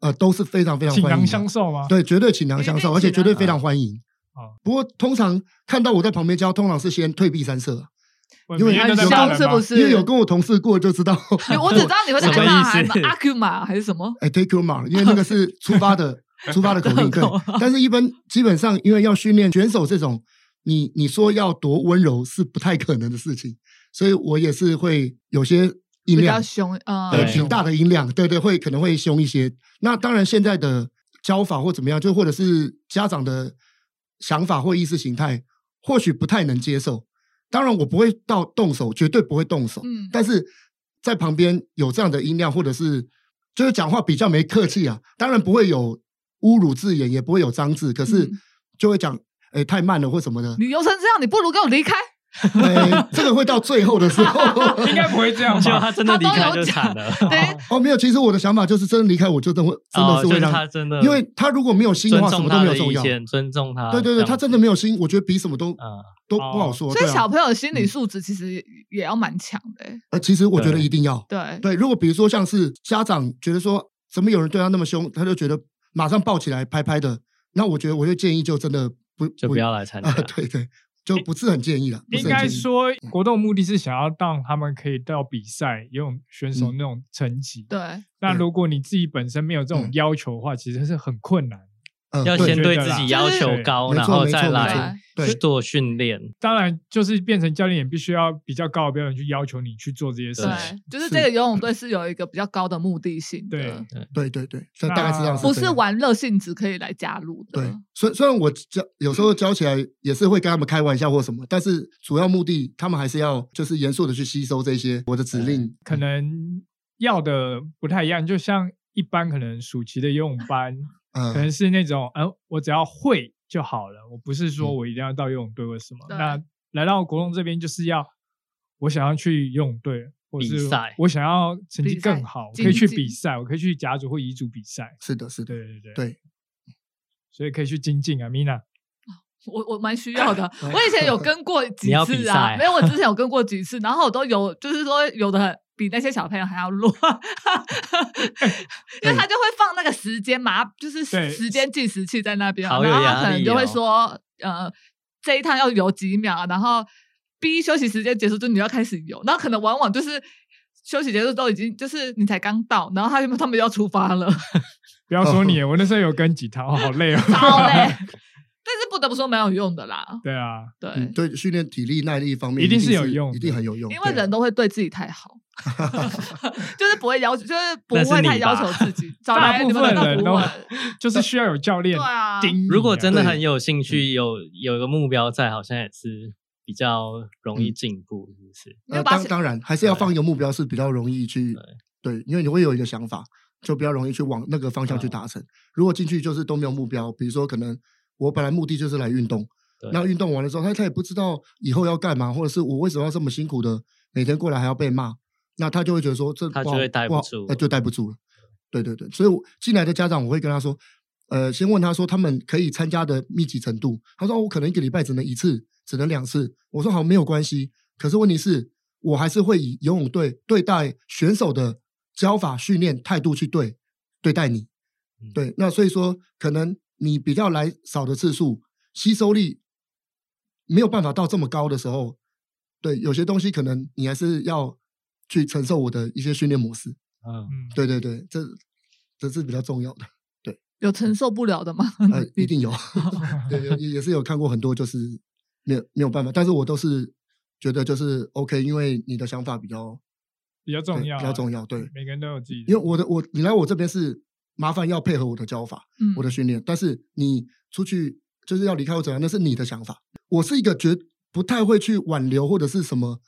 S1: 呃都是非常非常
S3: 倾
S1: 欢迎
S3: 囊
S1: 的。
S3: 相授吗？
S1: 对，绝对倾囊相授，而且
S2: 一定
S1: 绝
S2: 倾囊
S1: 对非常欢迎
S3: 哦。
S1: 不过通常看到我在旁边教，通常是先退避三舍，
S3: 问
S1: 因为
S3: 别人
S2: 很
S3: 都在骂
S2: 凶
S3: 人
S2: 是
S3: 吗
S2: 不
S1: 因为
S2: 是？
S1: 有跟我同事过就知道。
S2: 你 我只知道你会在
S4: 什
S2: 挨
S4: 么
S2: 骂，
S4: 意思
S2: 还是阿 Q 马还是什么？
S1: 哎，take your mark，因为那个是出发的出发的口令，对
S2: 口。
S1: 但是一般基本上，因为要训练选手这种，你你说要多温柔是不太可能的事情，所以我也是会有些音
S2: 比较
S1: 量，
S2: 凶，呃，
S1: 呃，
S4: 对
S1: 挺大的音量，对对，会可能会凶一些。那当然，现在的教法或怎么样，就或者是家长的想法或意识形态，或许不太能接受。当然，我不会到动手，绝对不会动手。
S2: 嗯
S1: 但是在旁边有这样的音量，或者是就是讲话比较没客气啊，当然不会有侮辱字眼，也不会有脏字，可是
S2: 嗯。
S1: 就会讲，哎、太慢了或什么的
S2: 你游成这样，你不如跟我离开。
S1: 哎，这个会到最后的时候。
S3: 应该不会这 样
S4: 结果
S3: 吧？
S4: 他真的离开就惨了，
S2: 对，
S1: 哦，没有，其实我的想法就是，真的离开我就真的会， 真的
S4: 哦
S1: 是
S4: 就
S1: 会
S4: 是
S1: 让
S4: 他真的，
S1: 因为他如果没有心的
S4: 尊
S1: 话，什
S4: 重
S1: 么都
S4: 他
S1: 没有
S4: 的
S1: 重
S4: 意
S1: 要。
S4: 见，尊重他，
S1: 对对对，他真的没有心，我觉得比什么都
S4: 嗯，
S1: 都不
S3: 哦
S1: 好说。
S2: 所以
S1: 对啊
S2: 小朋友的心理素质其实也要蛮强的欸。
S1: 呃，其实我觉得一定要
S2: 对，
S1: 对。如果比如说像是家长觉得说怎么有人对他那么凶，他就觉得马上抱起来拍拍的，那我觉得我就建议就真的不
S4: 就不要来参加
S1: 啊，。对对，就不是很建议了。不是嗯
S3: 应
S1: 很
S3: 该
S1: 建议
S3: 说，活动目的是想要让他们可以到比赛游泳选手
S1: 嗯
S3: 那种成绩。
S2: 对，
S3: 那
S1: 对
S3: 如果你自己本身没有这种
S1: 嗯
S3: 要求的话，其实是很困难。
S1: 嗯
S4: 要
S1: 对
S4: 先对
S3: 对
S4: 自
S3: 啦
S4: 己要
S2: 就是
S4: 求高，
S1: 没
S4: 然
S1: 错
S4: 后
S1: 没
S4: 再
S1: 错没
S4: 来
S1: 错对
S4: 去做训练。
S3: 当然，就是变成教练也必须要比较高的标准去要求你去做这些事
S4: 对
S3: 情。
S2: 对，就是这个游泳队是有一个比较高的目的性的，
S3: 对，
S1: 对对对，这大概是这样子。
S2: 不是
S1: 对啊
S2: 玩乐性质可以来加入的。
S1: 对，虽虽然我教有时候教起来也是会跟他们开玩笑或什么，但是主要目的他们还是要就是严肃的去吸收这些我的指令。
S3: 可能要的不太一样，就像一般可能暑期的游泳班，可
S1: 嗯
S3: 能是那种，嗯、我只要会就好了，我不是说我一定要到游泳队或什么。
S2: 对
S3: 那来到国龙这边，就是要我想要去游泳队，或
S4: 比
S3: 是
S4: 赛
S3: 我想要成绩
S2: 比赛
S3: 更好，我
S2: 竞
S3: 可以去
S2: 技
S3: 比赛，我可以去甲组或乙组比赛。
S1: 是的，是的
S3: 对，对对，
S1: 对，
S3: 所以可以去精进啊，Mina。
S2: 我我蛮需要 的。我以前有跟过几
S4: 你要比
S2: 次
S4: 赛
S2: 啊
S4: 啊，
S2: 没有，我之前有跟过几次，然后我都有，就是说有的很比那些小朋友还要 弱，因为他就会放那个时间嘛，就是
S3: 对
S2: 时间计时器在那边啊，
S4: 好有
S2: 然后他
S4: 压
S2: 可能
S4: 力
S2: 就会
S4: 哦
S2: 说，呃，这一趟要游几秒，然后 B 休息时间结束就你要开始游，然后可能往往就是。休息结束都已经就是你才刚到，然后他们他们就要出发了，
S3: 不要说你，我那时候有跟几趟，哦好累哦。
S2: 超 累。但是不得不说蛮有用的啦，
S3: 对啊，
S2: 对，
S1: 嗯对，训练体力耐力方面
S3: 一定
S1: 是
S3: 是有用的
S1: 一定很有用。
S2: 因为
S1: 对
S2: 人都会对自己太 好，就是不会要求，就是不
S4: 那是
S2: 会
S4: 你
S2: 太要
S4: 吧
S2: 求自己。找
S3: 大
S2: 来
S3: 部
S2: 你们
S3: 分
S2: 难道
S3: 人
S2: 不
S3: 都
S2: 会？
S3: 就是需要有教练
S2: 对啊，
S3: 盯你啊。
S4: 如果真的
S1: 嗯对
S4: 很有兴趣，有有一个目标在，好像也是比较容
S1: 嗯
S4: 易进步，是不是？
S2: 没
S1: 呃
S2: 有把
S1: 当
S2: 想
S1: 当然还是要放一个目标是比较容易去对，因为你会有一个想法，就比较容易去往那个方向
S3: 嗯
S1: 去达成。如果进去就是都没有目标，比如说可能我本来目的就是来运动，
S4: 对
S1: 那运动完了之后，他他也不知道以后要干嘛，或者是我为什么要这么辛苦的每天过来还要被骂，那他就会觉得说这
S4: 他
S1: 不
S4: 就
S1: 好
S4: 会待
S1: 不
S4: 不
S1: 好
S4: 住
S1: 呃就待不住了。对对对，所以我进来的家长我会跟他说，呃，先问他说他们可以参加的密集程度。他说、哦我可能一个礼拜只能一次，只能两次。我说好，没有关系。可是问题是我还是会以游泳队对待选手的教法、训练态度去对对待你
S4: 嗯。
S1: 对，那所以说可能你比较来少的次数，吸收力没有办法到这么高的时候，对有些东西可能你还是要去承受我的一些训练模式。
S4: 嗯，
S3: 嗯，
S1: 对对对，这这是比较重要的。
S2: 有承受不了的 吗？
S3: 嗯
S1: 呃，一定 有，对，有也也是有看过很多，就是没有没有办法，但是我都是觉得就是 OK，因为你的想法比较
S3: 比较重
S1: 对
S3: 要啊，
S1: 比较重要，对，
S3: 每个人都有自己的。
S1: 因为我的我你来我这边是麻烦要配合我的教法，
S2: 嗯
S1: 我的训练，但是你出去就是要离开我怎样，那是你的想法，我是一个绝不太会去挽留或者是什么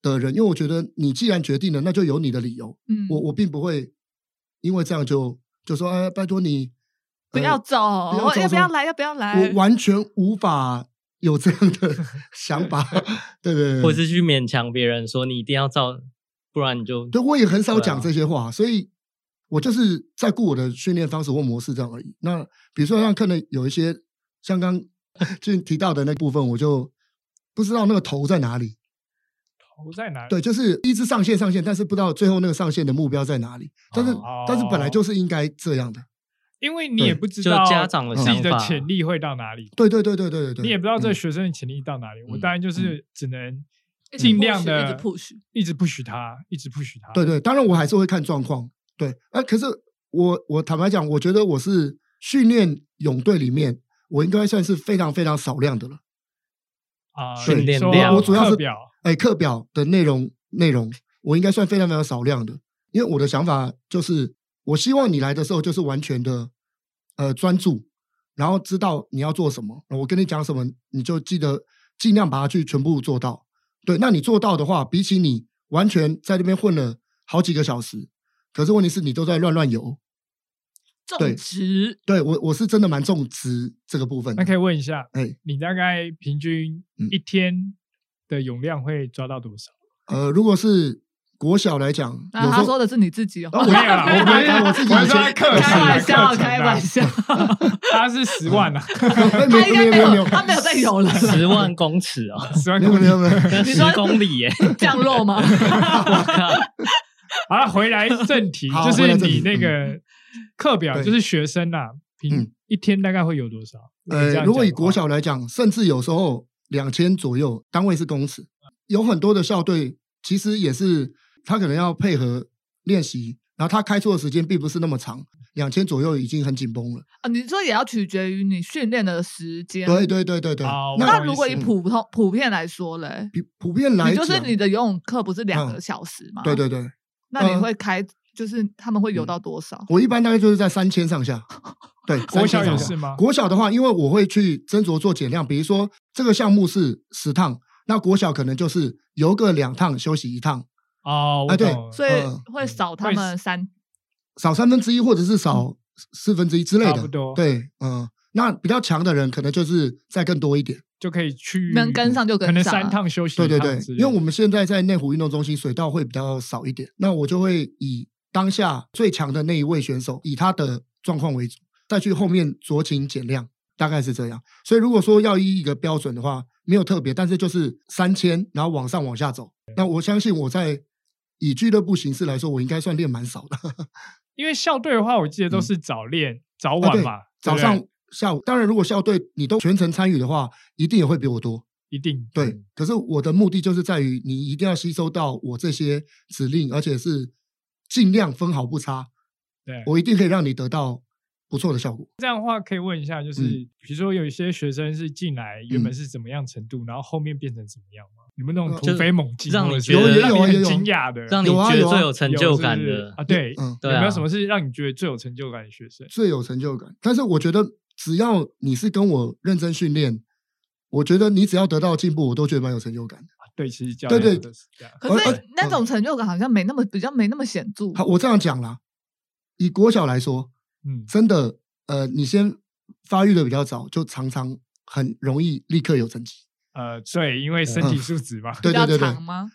S1: 的人，因为我觉得你既然决定了，那就有你的理由，
S2: 嗯
S1: 我我并不会因为这样就就说哎，拜托你
S2: 不
S1: 呃
S2: 要走，
S1: 不要
S2: 我
S1: 走
S2: 要
S1: 什
S2: 不
S1: 么
S2: 要来？要不要来？
S1: 我完全无法有这样的 想 法，对对对，
S4: 嗯或是去勉强别人说你一定要照，不然你就
S1: 对 我也很少
S4: 对啊
S1: 讲这些话，所以我就是在顾我的训练方式或模式这样而已。那比如说像可能有一些像刚 俊提到的那部分，我就不知道那个头在哪里。
S3: 我在哪里？
S1: 对，就是一直上线上线，但是不知道最后那个上线的目标在哪里。但是、
S3: 哦
S1: 但是本来就是应该这样的。
S3: 因为你也
S1: 对
S3: 不知
S4: 就
S3: 道
S4: 家长的
S3: 自己
S4: 想
S3: 的
S4: 法
S3: 潜力会到哪里，
S1: 对对对对对对对，
S3: 你也不知道这个
S1: 嗯
S3: 学生的潜力到哪里。我
S4: 嗯
S3: 当然就是只能
S2: 一直
S3: 尽量
S2: push，
S3: 的
S2: 一直 push
S3: 一直 push 他，一直 push 他。
S1: 对对，当然我还是会看状况。对，啊，可是我我坦白讲，我觉得我是训练泳队里面，我应该算是非常非常少量的了。
S3: 啊，
S4: 训
S3: 你
S4: 练
S3: 说
S4: 量
S1: 我主要是
S3: 课表
S1: 哎，课表的内容内容，我应该算非常非常少量的，因为我的想法就是，我希望你来的时候就是完全的呃专注，然后知道你要做什么，我跟你讲什么，你就记得尽量把它去全部做到。对，那你做到的话，比起你完全在那边混了好几个小时，可是问题是你都在乱乱游。对
S2: 种植，
S1: 对我，我是真的蛮重植这个部分的。
S3: 那可以问一下，
S1: 哎，
S3: 你大概平均
S1: 嗯
S3: 一天的泳量会抓 到多少？
S1: 呃，如果是国小来讲，有
S2: 那
S1: 时
S2: 啊他
S1: 候
S2: 说的是你自己哦，
S1: 啊我没有啦我没有我自己以前
S3: 我说他课程啊
S2: 开玩
S3: 课
S2: 笑，
S3: 程啊
S2: 开玩笑，
S3: 他是十万啊，
S1: 哎
S2: 他应 该
S1: 没有
S2: 没
S1: 没有
S2: 有，他没有在游了啦，
S4: 十万公尺哦，
S3: 十
S1: 嗯
S3: 万
S1: 没有
S3: 公
S1: 没
S3: 里。
S1: 有没 有。
S4: 那
S2: 你说
S4: 十公里 耶，
S2: 降落吗？
S3: 好了，回来正 题，
S1: 好
S3: 就是
S1: 回来正题
S3: 你
S1: 嗯
S3: 那个课表，
S1: 对
S3: 就是学生啊，平
S1: 嗯
S3: 一天大概会有多少？你这
S1: 呃，
S3: 样
S1: 如果
S3: 讲
S1: 以
S3: 的
S1: 国
S3: 话
S1: 小来讲，甚至有时候两千左右，单位是公尺。有很多的校队其实也是他可能要配合练习，然后他开出的时间并不是那么长，两千左右已经很紧绷了。
S2: 啊，你说也要取决于你训练的时间。
S1: 对对对对对。
S3: 好
S2: 那
S3: 我懂
S2: 如果以
S3: 意思
S2: 普通普遍来说嘞，
S1: 普普遍来
S2: 你就
S1: 讲，
S2: 是你的游泳课不是两
S1: 啊嗯
S2: 个小时吗？
S1: 对对对，
S2: 那你
S1: 嗯
S2: 会开，就是他们会游到多少？
S1: 我一般大概就是在三千上 下。对，
S3: 国小
S1: 3000
S3: 也
S1: 上下
S3: 是吗？
S1: 国小的话，因为我会去斟酌做减量，比如说这个项目是十趟，那国小可能就是游个两趟，休息一趟，
S3: 哦，我
S1: 哎对
S3: 懂了
S2: 所以
S1: 嗯
S2: 会少他
S3: 会
S2: 们三
S1: 少三分之一或者是少四分之一之类的，
S3: 嗯差不多
S1: 对，嗯，那比较强的人可能就是再更多一点，
S3: 就可以去
S2: 能跟上就跟
S3: 可能
S2: 上
S3: 三趟休息
S1: 对
S3: 一
S1: 对
S3: 趟
S1: 对
S3: 之，类
S1: 因
S3: 的，
S1: 为我们现在在内湖运动中心水道会比较少一点，那我就会以当下最强的那一位选手，以他的状况为主，再去后面酌情减量，大概是这样。所以如果说要依一个标准的话，没有特别，但是就是三千，然后往上往下走。那我相信我在以俱乐部形式来说，我应该算练蛮少的，
S3: 因为校队的话，我记得都是早练早晚嘛，对
S1: 嗯啊早
S3: 不对
S1: 上、下午。当然，如果校队你都全程参与的话，一定也会比我多。
S3: 一定嗯
S1: 对，可是我的目的就是在于你一定要吸收到我这些指令，而且是尽量分毫不差，
S3: 对。
S1: 我一定可以让你得到不错的效果。
S3: 这样的话，可以问一下，就是、
S1: 嗯
S3: 比如说有一些学生是进来原本是怎么样程度，然后后面变成怎么样吗？有没有那种
S1: 呃
S3: 突飞猛进，
S4: 就是让你
S3: 或者是
S4: 觉得
S3: 让你
S1: 有啊也有啊也有有啊有啊
S3: 很惊讶的，
S4: 让你觉得最有成就是
S3: 不
S4: 感
S3: 是
S4: 的
S3: 啊？对，
S1: 嗯
S4: 对
S3: 有没
S4: 啊
S3: 有什么是让你觉得最有成就感的学生？啊
S1: 最有成就感。但是我觉得，只要你是跟我认真训练，我觉得你只要得到进步，我都觉得蛮有成就感的。
S3: 啊对，其实教
S1: 对对
S3: 练都是这样。
S2: 可
S1: 而
S2: 是
S1: 而
S2: 那种成就感好像没那么比较没那么显著。
S1: 嗯好，我这样讲啦，以国小来说，
S3: 嗯，
S1: 真的，呃，你先发育的比较早，就常常很容易立刻有成绩。
S3: 呃，对，因为身
S1: 嗯
S3: 体素质嘛，
S1: 对
S2: 比较
S1: 对对对
S2: 长，吗？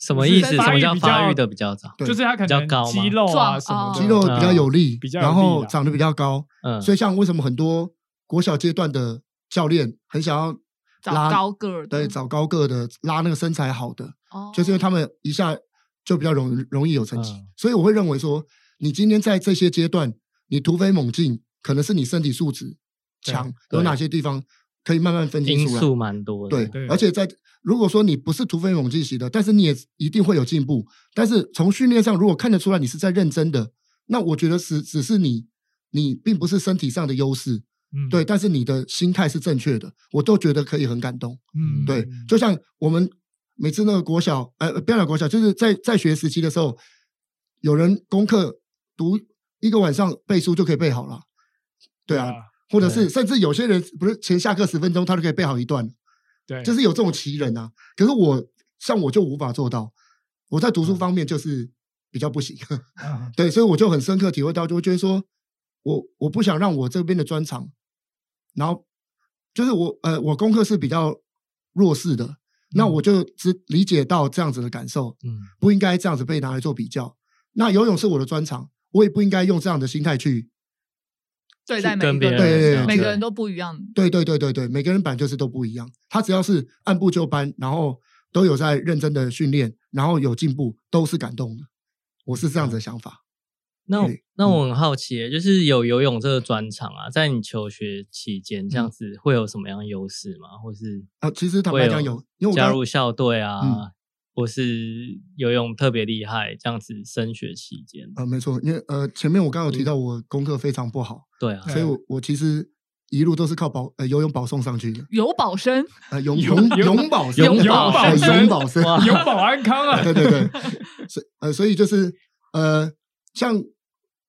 S4: 什么意思？
S2: 是
S4: 什
S3: 发育
S4: 么叫
S3: 比
S4: 发
S3: 较
S4: 育的比较早？
S1: 对
S3: 就是他可
S4: 比较
S3: 能
S4: 高吗
S3: 肌肉啊
S2: 壮
S3: 什么
S2: 哦
S3: 的
S1: 肌肉比较有力，
S3: 比较有
S1: 然
S3: 力
S1: 后
S3: 啦
S1: 长得比较高，
S4: 嗯，
S1: 所以像为什么很多国小阶段的教练很想要
S2: 找
S1: 拉
S2: 高个儿的
S1: 对找高个的拉那个身材好的，
S2: 哦
S1: 就是因为他们一下就比较容容易有成绩，
S4: 嗯
S1: 所以我会认为说，你今天在这些阶段你突飞猛进，可能是你身体素质强，
S4: 对
S1: 有哪些地方可以慢慢分
S4: 因
S1: 析出来
S4: 素。蛮多的。
S1: 对，
S3: 对
S1: 而且在如果说你不是突飞猛进型的，但是你也一定会有进步。但是从训练上，如果看得出来你是在认真的，那我觉得只只是你，你并不是身体上的优势，
S3: 嗯
S1: 对，但是你的心态是正确的，我都觉得可以很感动。
S3: 嗯
S1: 对，就像我们每次那个国小，呃，不要讲国小，就是在在学时期的时候，有人功课读一个晚上背书就可以背好了，对啊，，或者是甚至有些人不是前下课十分钟他就可以背好一段，
S3: 对，
S1: 就是有这种奇人啊。可是我像我就无法做到，我在读书方面就是比较不行，
S3: 嗯
S1: 对，所以我就很深刻体会到，就会觉得说我我不想让我这边的专长，然后就是我呃我功课是比较弱势的，那我就只理解到这样子的感受，
S4: 嗯，
S1: 不应该这样子被拿来做比较。那游泳是我的专长，我也不应该用这样的心态去。
S2: 对待每
S4: 跟
S2: 一
S4: 别
S2: 个
S4: 人
S1: 对对对
S2: 每个
S1: 对
S2: 人都不一样。
S1: 对对对对对，每个人版就是都不一样。他只要是按部就班，然后都有在认真的训练，然后有进步，都是感动的。我是这样子的想法。
S4: 那我
S1: 对嗯
S4: 那我很好奇耶，就是有游泳这个专长啊，在你求学期间这样子会有什么样的优势吗？或是
S1: 嗯啊，其实坦白讲
S4: 会
S1: 有，因为我
S4: 加
S1: 刚
S4: 入校队
S1: 嗯
S4: 啊，或是游泳特别厉害这样子升学期间，
S1: 啊，没错，因为呃前面我刚刚有提到我功课非常不好，
S4: 对啊，
S1: 所以我我其实一路都是靠保呃游泳保送上去的，
S2: 有保生，
S1: 呃泳
S3: 游
S1: 泳
S3: 游
S1: 泳保呃
S4: 泳
S1: 泳
S4: 保
S1: 保
S3: 生
S1: 泳保生，
S4: 哇
S3: 永保安康 啊，
S1: 对对对，所以呃，所以就是呃，像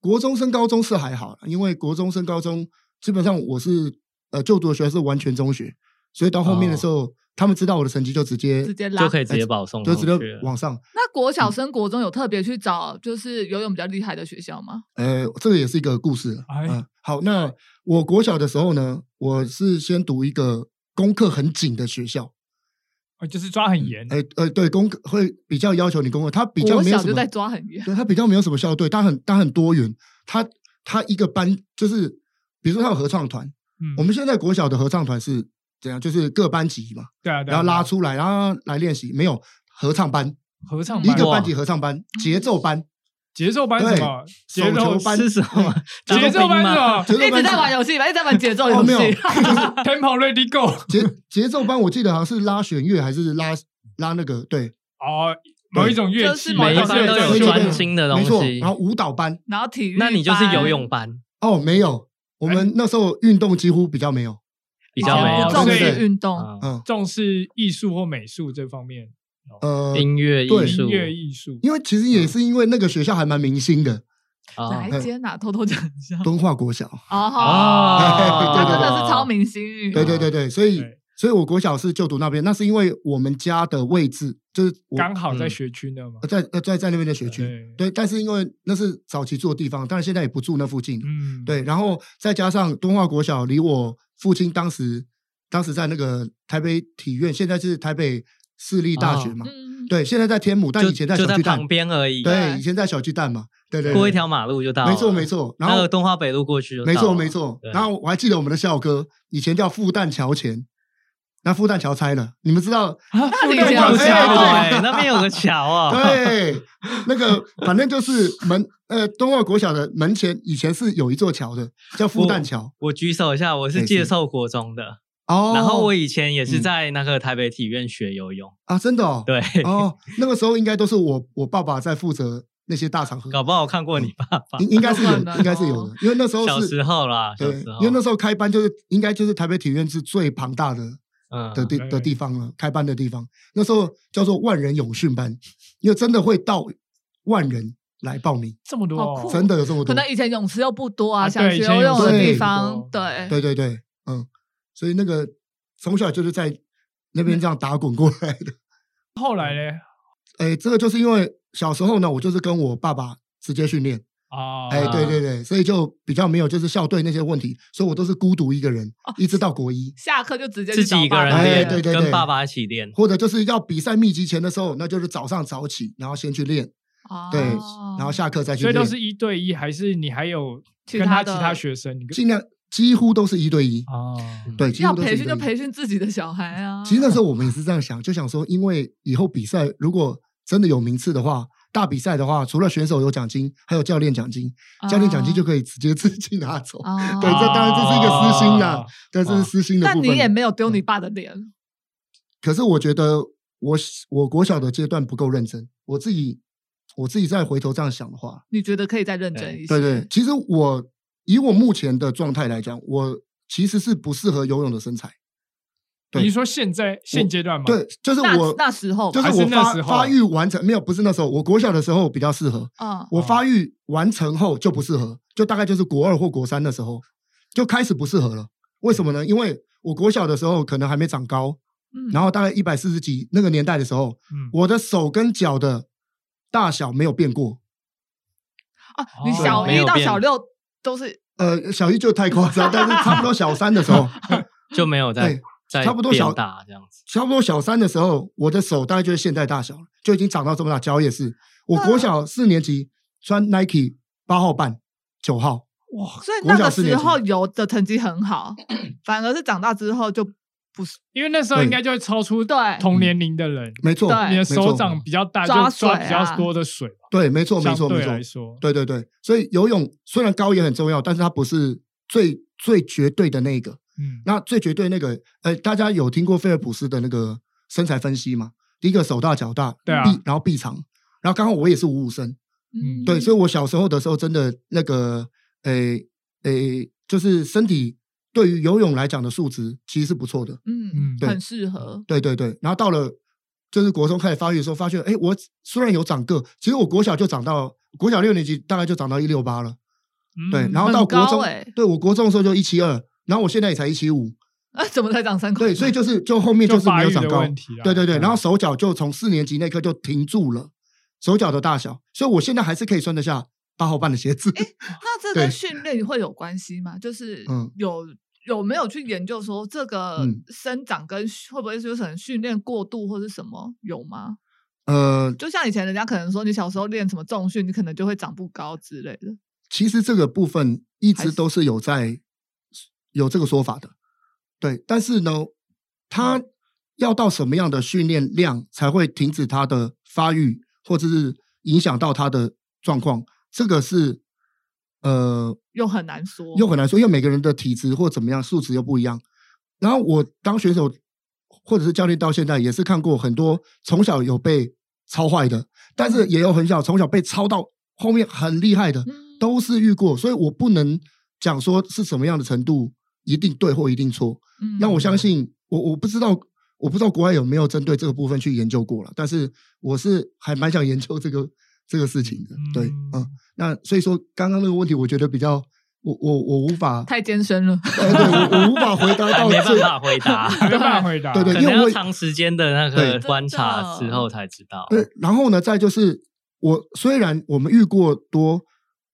S1: 国中升高中是还好啦，因为国中升高中基本上我是呃就读的学校是完全中学，所以到后面的时候，他们知道我的成绩就直接
S2: 直接拉
S4: 就可以直接保送
S1: 就
S4: 上去
S1: 直
S4: 了，
S1: 接往上。
S2: 那国
S1: 嗯
S2: 小升国中有特别去找就是游泳比较厉害的学校吗？
S1: 呃，这个也是一个故事了。
S3: 哎
S1: 嗯、好，那我国小的时候呢，我是先读一个功课很紧的学校，
S3: 哦就是抓很严，
S1: 哎呃，对，功课会比较要求你功课，他比较
S2: 国
S1: 没有
S2: 小
S1: 什
S2: 就
S1: 么
S2: 在抓很远，
S1: 对他比较没有什么校队，他很他很多元，他他一个班就是，比如说他有合唱团，
S3: 嗯
S1: 我们现在国小的合唱团是怎样？就是各班级嘛，
S3: 对啊，对啊
S1: 然后拉
S3: 对
S1: 出来，然后来练习，没有合唱班，
S3: 啊合唱
S1: 一
S3: 班
S1: 个
S4: 哇
S1: 班级合唱班、节奏班，
S3: 节奏班什么？嗯节
S1: 手
S3: 奏
S1: 球班哎
S4: 是什 么？当
S3: 节奏
S4: 兵
S3: 班什
S4: 吗？
S3: 么
S1: 节
S2: 一
S1: 奏
S2: 直
S1: 班
S2: 在玩游戏吧，一直在玩节奏游
S1: 哦没有
S2: 戏。
S3: ？Tempo Ready Go
S1: 节节奏班，我记得好像是拉弦乐还是拉拉那个对，
S3: 哦，某一种乐
S2: 就
S3: 器，
S2: 是
S4: 每一班都有
S1: 对对对
S4: 专精的
S1: 没
S4: 东
S1: 错。
S4: 西
S1: 然。后舞蹈班
S2: 然后体育，
S4: 那你就是游泳，班
S1: 哦，没有，我们那时候运动几乎比较没有，
S4: 比较没有
S3: 哦
S2: 重
S3: 所以
S2: 视运动，
S4: 啊
S1: 嗯
S3: 重视艺术或美术这方面，
S1: 呃，
S4: 音乐
S1: 对
S4: 艺
S1: 是
S4: 术
S3: 音乐艺术。
S1: 因为其实也是因为那个学校还蛮明星的，
S2: 哪
S4: 啊
S2: 一间啊？偷偷讲一
S4: 嗯
S2: 下
S1: 敦化国小，
S2: 哦，
S4: 啊，
S2: 他真的是超明星运，
S1: 对对对对，所以
S3: 对
S1: 所以我国小是就读那边，那是因为我们家的位置就是我
S3: 刚好在
S4: 嗯
S3: 学区那嘛，
S1: 呃在呃在在那边的学区，对，但是因为那是早期住的地方，但是现在也不住那附近了，
S3: 嗯，
S1: 对，然后再加上敦化国小离我父亲当时当时在那个台北体院，现在是台北市立大学嘛，
S2: 嗯，
S1: 对，现在在天母，但
S4: 哦就
S1: 以前在
S4: 就
S1: 小
S4: 在
S1: 巨蛋
S4: 旁，边而已，啊
S1: 对，以前在小巨蛋嘛，对对，对
S4: 过一条，马路就到了。
S1: 没错没错，然
S4: 那
S1: 后
S4: 个东华北路过去就到
S1: 没错
S4: 了
S1: 没。错
S4: 对，
S1: 然后我还记得我们的校歌，以前叫复旦桥前，那复旦桥拆了，你们知 道？
S2: 那你
S3: 对
S2: 这
S3: 对
S4: 有
S2: 样
S1: 对
S4: 桥
S2: 子
S1: 对
S4: 哎，那边有个桥啊。
S1: 对，那 个反正就是门呃东华国小的门前以前是有一座桥的，叫复旦桥。
S4: 我举手一下，我是
S1: 哎
S4: 介
S1: 是
S4: 寿国中的，
S1: 哦，
S4: 然后我以前也是
S1: 嗯
S4: 在那个台北体院学游泳，
S1: 啊，真的哦，
S4: 对，
S1: 哦，那个时候应该都是我我爸爸在负责那些大场合，
S4: 搞不好我看过你爸爸，
S1: 应应该是有
S2: 有可能哦
S1: 应该是有的，因为那时候
S4: 小
S1: 是
S4: 时候啦，小
S1: 对，
S4: 时候
S1: 因，为那时候开班就是应该就是台北体院是最庞大的
S4: 嗯
S1: 的地
S3: 对
S1: 的地方了，开班的地方，那时候叫做万人泳训班，因为真的会到万人来报名，
S3: 这么多
S2: 好
S3: 哦
S2: 酷
S1: 真的有这么
S2: 可
S1: 多，
S2: 能以前泳池又不多啊，
S3: 啊
S2: 想
S3: 对
S2: 学
S3: 以前
S2: 游泳
S1: 泳
S2: 的
S1: 池
S2: 地
S1: 不
S2: 方
S3: 多，
S2: 对，
S1: 对对对，嗯，所以那个从小就是在那
S4: 嗯
S1: 边这样打滚过来的。
S3: 后来呢？
S1: 哎，这个就是因为小时候呢，我就是跟我爸爸直接训练，
S3: 啊，
S1: 哎，对对对，所以就比较没有就是校队那些问题，所以我都是孤独一个人，
S2: 哦
S1: 一直到国一，
S2: 下课就直接去
S4: 自己一个
S2: 找
S4: 人
S2: 爸爸
S1: 哎
S4: 练，
S1: 对对对
S4: 跟爸爸一起练，
S1: 或者就是要比赛密集前的时候，那就是早上早起，然后先去练，
S2: 哦
S1: 对，然后下课再去
S3: 所以
S1: 练，
S3: 都是一对一，还是你还有
S2: 其
S3: 跟
S2: 他
S3: 他
S2: 的
S3: 其他学生？你跟
S1: 尽量几乎都是一对一，
S3: 哦，
S1: 对，几
S2: 要
S1: 乎都
S2: 培
S1: 是一
S2: 训
S1: 对
S2: 就
S1: 一。
S2: 培训啊自己的小孩啊。
S1: 其实那时候我们也是这样想，就想说，因为以后比赛如果真的有名次的话，大比赛的话，除了选手有奖金，还有教练奖金，教练
S2: 哦
S1: 奖金就可以直接 自己拿走。
S2: 啊，
S1: 对，这当然这是一个私心啦
S3: 哦，
S1: 但这是私心的
S2: 但
S1: 部
S2: 你也
S1: 分。
S2: 没有丢你爸的脸，
S1: 可是我觉得我我国小的阶段不够认真，我自己我自己再回头这样想的话，
S2: 你觉得可以再认真一些？
S1: 对对，其实我以我目前的状态来讲，我其实是不适合游泳的身材。对
S3: 你是说现在现阶段吗？
S1: 对，就是
S2: 那
S1: 我
S2: 那时候吧
S1: 就是
S3: 还是
S1: 我
S3: 那
S1: 发
S3: 时候哦
S1: 发育完成没有，不是那时候，我国小的时候比较适合，
S2: 嗯，
S1: 我发育完成后就不适合，就大概就是国二或国三的时候就开始不适合了。为什么呢？因为我国小的时候可能还没长高，
S2: 嗯
S1: 然后大概一百四十几那个年代的时候，
S3: 嗯，
S1: 我的手跟脚的大小没有变过。
S2: 啊，你
S3: 哦
S2: 小
S4: 哦没
S2: 一
S4: 有
S2: 到
S4: 变
S2: 小六都是
S1: 呃，小一就太夸 张，但是差不多小三的时候，
S4: 就没有在
S1: 对
S4: 在
S1: 差不多小
S4: 变大这样子。
S1: 差不多小三的时候，我的手大概就是现在大小了，就已经长到这么大，脚也是。我国小四年级穿 Nike 八号半九号，
S2: 所以那
S1: 国
S2: 个
S1: 小四
S2: 时
S1: 年级
S2: 候游的成绩很好，反而是长大之后就不是
S3: 因为那时候应该就会超出
S2: 对嗯
S3: 同年龄的人，
S1: 没错，
S2: 对
S3: 你的
S1: 没错
S3: 手掌比较大，就
S2: 抓水
S3: 抓
S2: 啊
S3: 比较多的水吧。
S1: 对，没错，没错，
S3: 相
S1: 没
S3: 对
S1: 错
S3: 来，说，
S1: 对对对。所以游泳虽然高也很重要，但是它不是最最绝对的那一个。
S3: 嗯，
S1: 那最绝对那个，呃，大家有听过菲尔普斯的那个身材分析吗？第一个手大脚大，
S3: 对啊
S1: 臂然后臂长，然后刚好我也是五五身，
S3: 嗯
S1: 对，所以我小时候的时候，真的那个，诶、诶、就是身体对于游泳来讲的素质其实是不错的，
S2: 嗯
S3: 嗯
S2: 很适合
S1: 对对对。然后到了就是国中开始发育的时候，发现，诶，我虽然有长个，其实我国小就长到国小六年级大概就长到一六八了，
S3: 嗯
S1: 对。然后到国
S2: 很高
S1: 中，
S2: 欸
S1: 对我国中的时候就一七二，然后我现在也才一七五，
S2: 啊，怎么才长 三公
S1: 对，
S2: 分？
S1: 所以就是就后面就是没有长
S3: 就发育的
S1: 高
S3: 问题啦，
S1: 对对对，
S3: 嗯
S1: 然后手脚就从四年级那刻就停住了，手脚的大小，所以我现在还是可以穿得下八号半的鞋子。
S2: 那这跟
S1: 对
S2: 训练会有关系吗？就是
S1: 嗯
S2: 有、有没有去研究说这个
S1: 嗯
S2: 生长跟会不会就是可能训练过度或是什么有吗？
S1: 呃，
S2: 就像以前人家可能说你小时候练什么重训，你可能就会长不高之类的。
S1: 其实这个部分一
S2: 还
S1: 直
S2: 是
S1: 都是有在有这个说法的，对。但是呢，他要到什么样的训练量才会停止他的发育，或者是影响到他的状况，这个是呃
S2: 又很难说，
S1: 又很难说，因为每个人的体质或怎么样素质又不一样。然后我当选手或者是教练到现在，也是看过很多从小有被超坏的，但是也有很小从小被超到后面很厉害的，
S2: 嗯
S1: 都是遇过，所以我不能讲说是什么样的程度一定对或一定错。
S2: 嗯
S1: 那我相信，我我不知道，我不知道国外有没有针对这个部分去研究过了，但是我是还蛮想研究这个这个事情的。对，嗯，那所以说刚刚那个问题，我觉得比较，我我我无法，
S2: 太艰深了。
S1: 呃、对我我无法 回答
S4: 还
S1: 到
S4: 没办
S1: 最，
S4: 法回答，
S3: 没办 法回答。
S1: 对对
S4: 可
S1: 因
S4: 能
S1: 为我
S4: 要
S1: 也
S4: 长时间的那个
S1: 对
S4: 观察之后才知道。
S1: 对，然后呢，再就是我虽然我们遇过多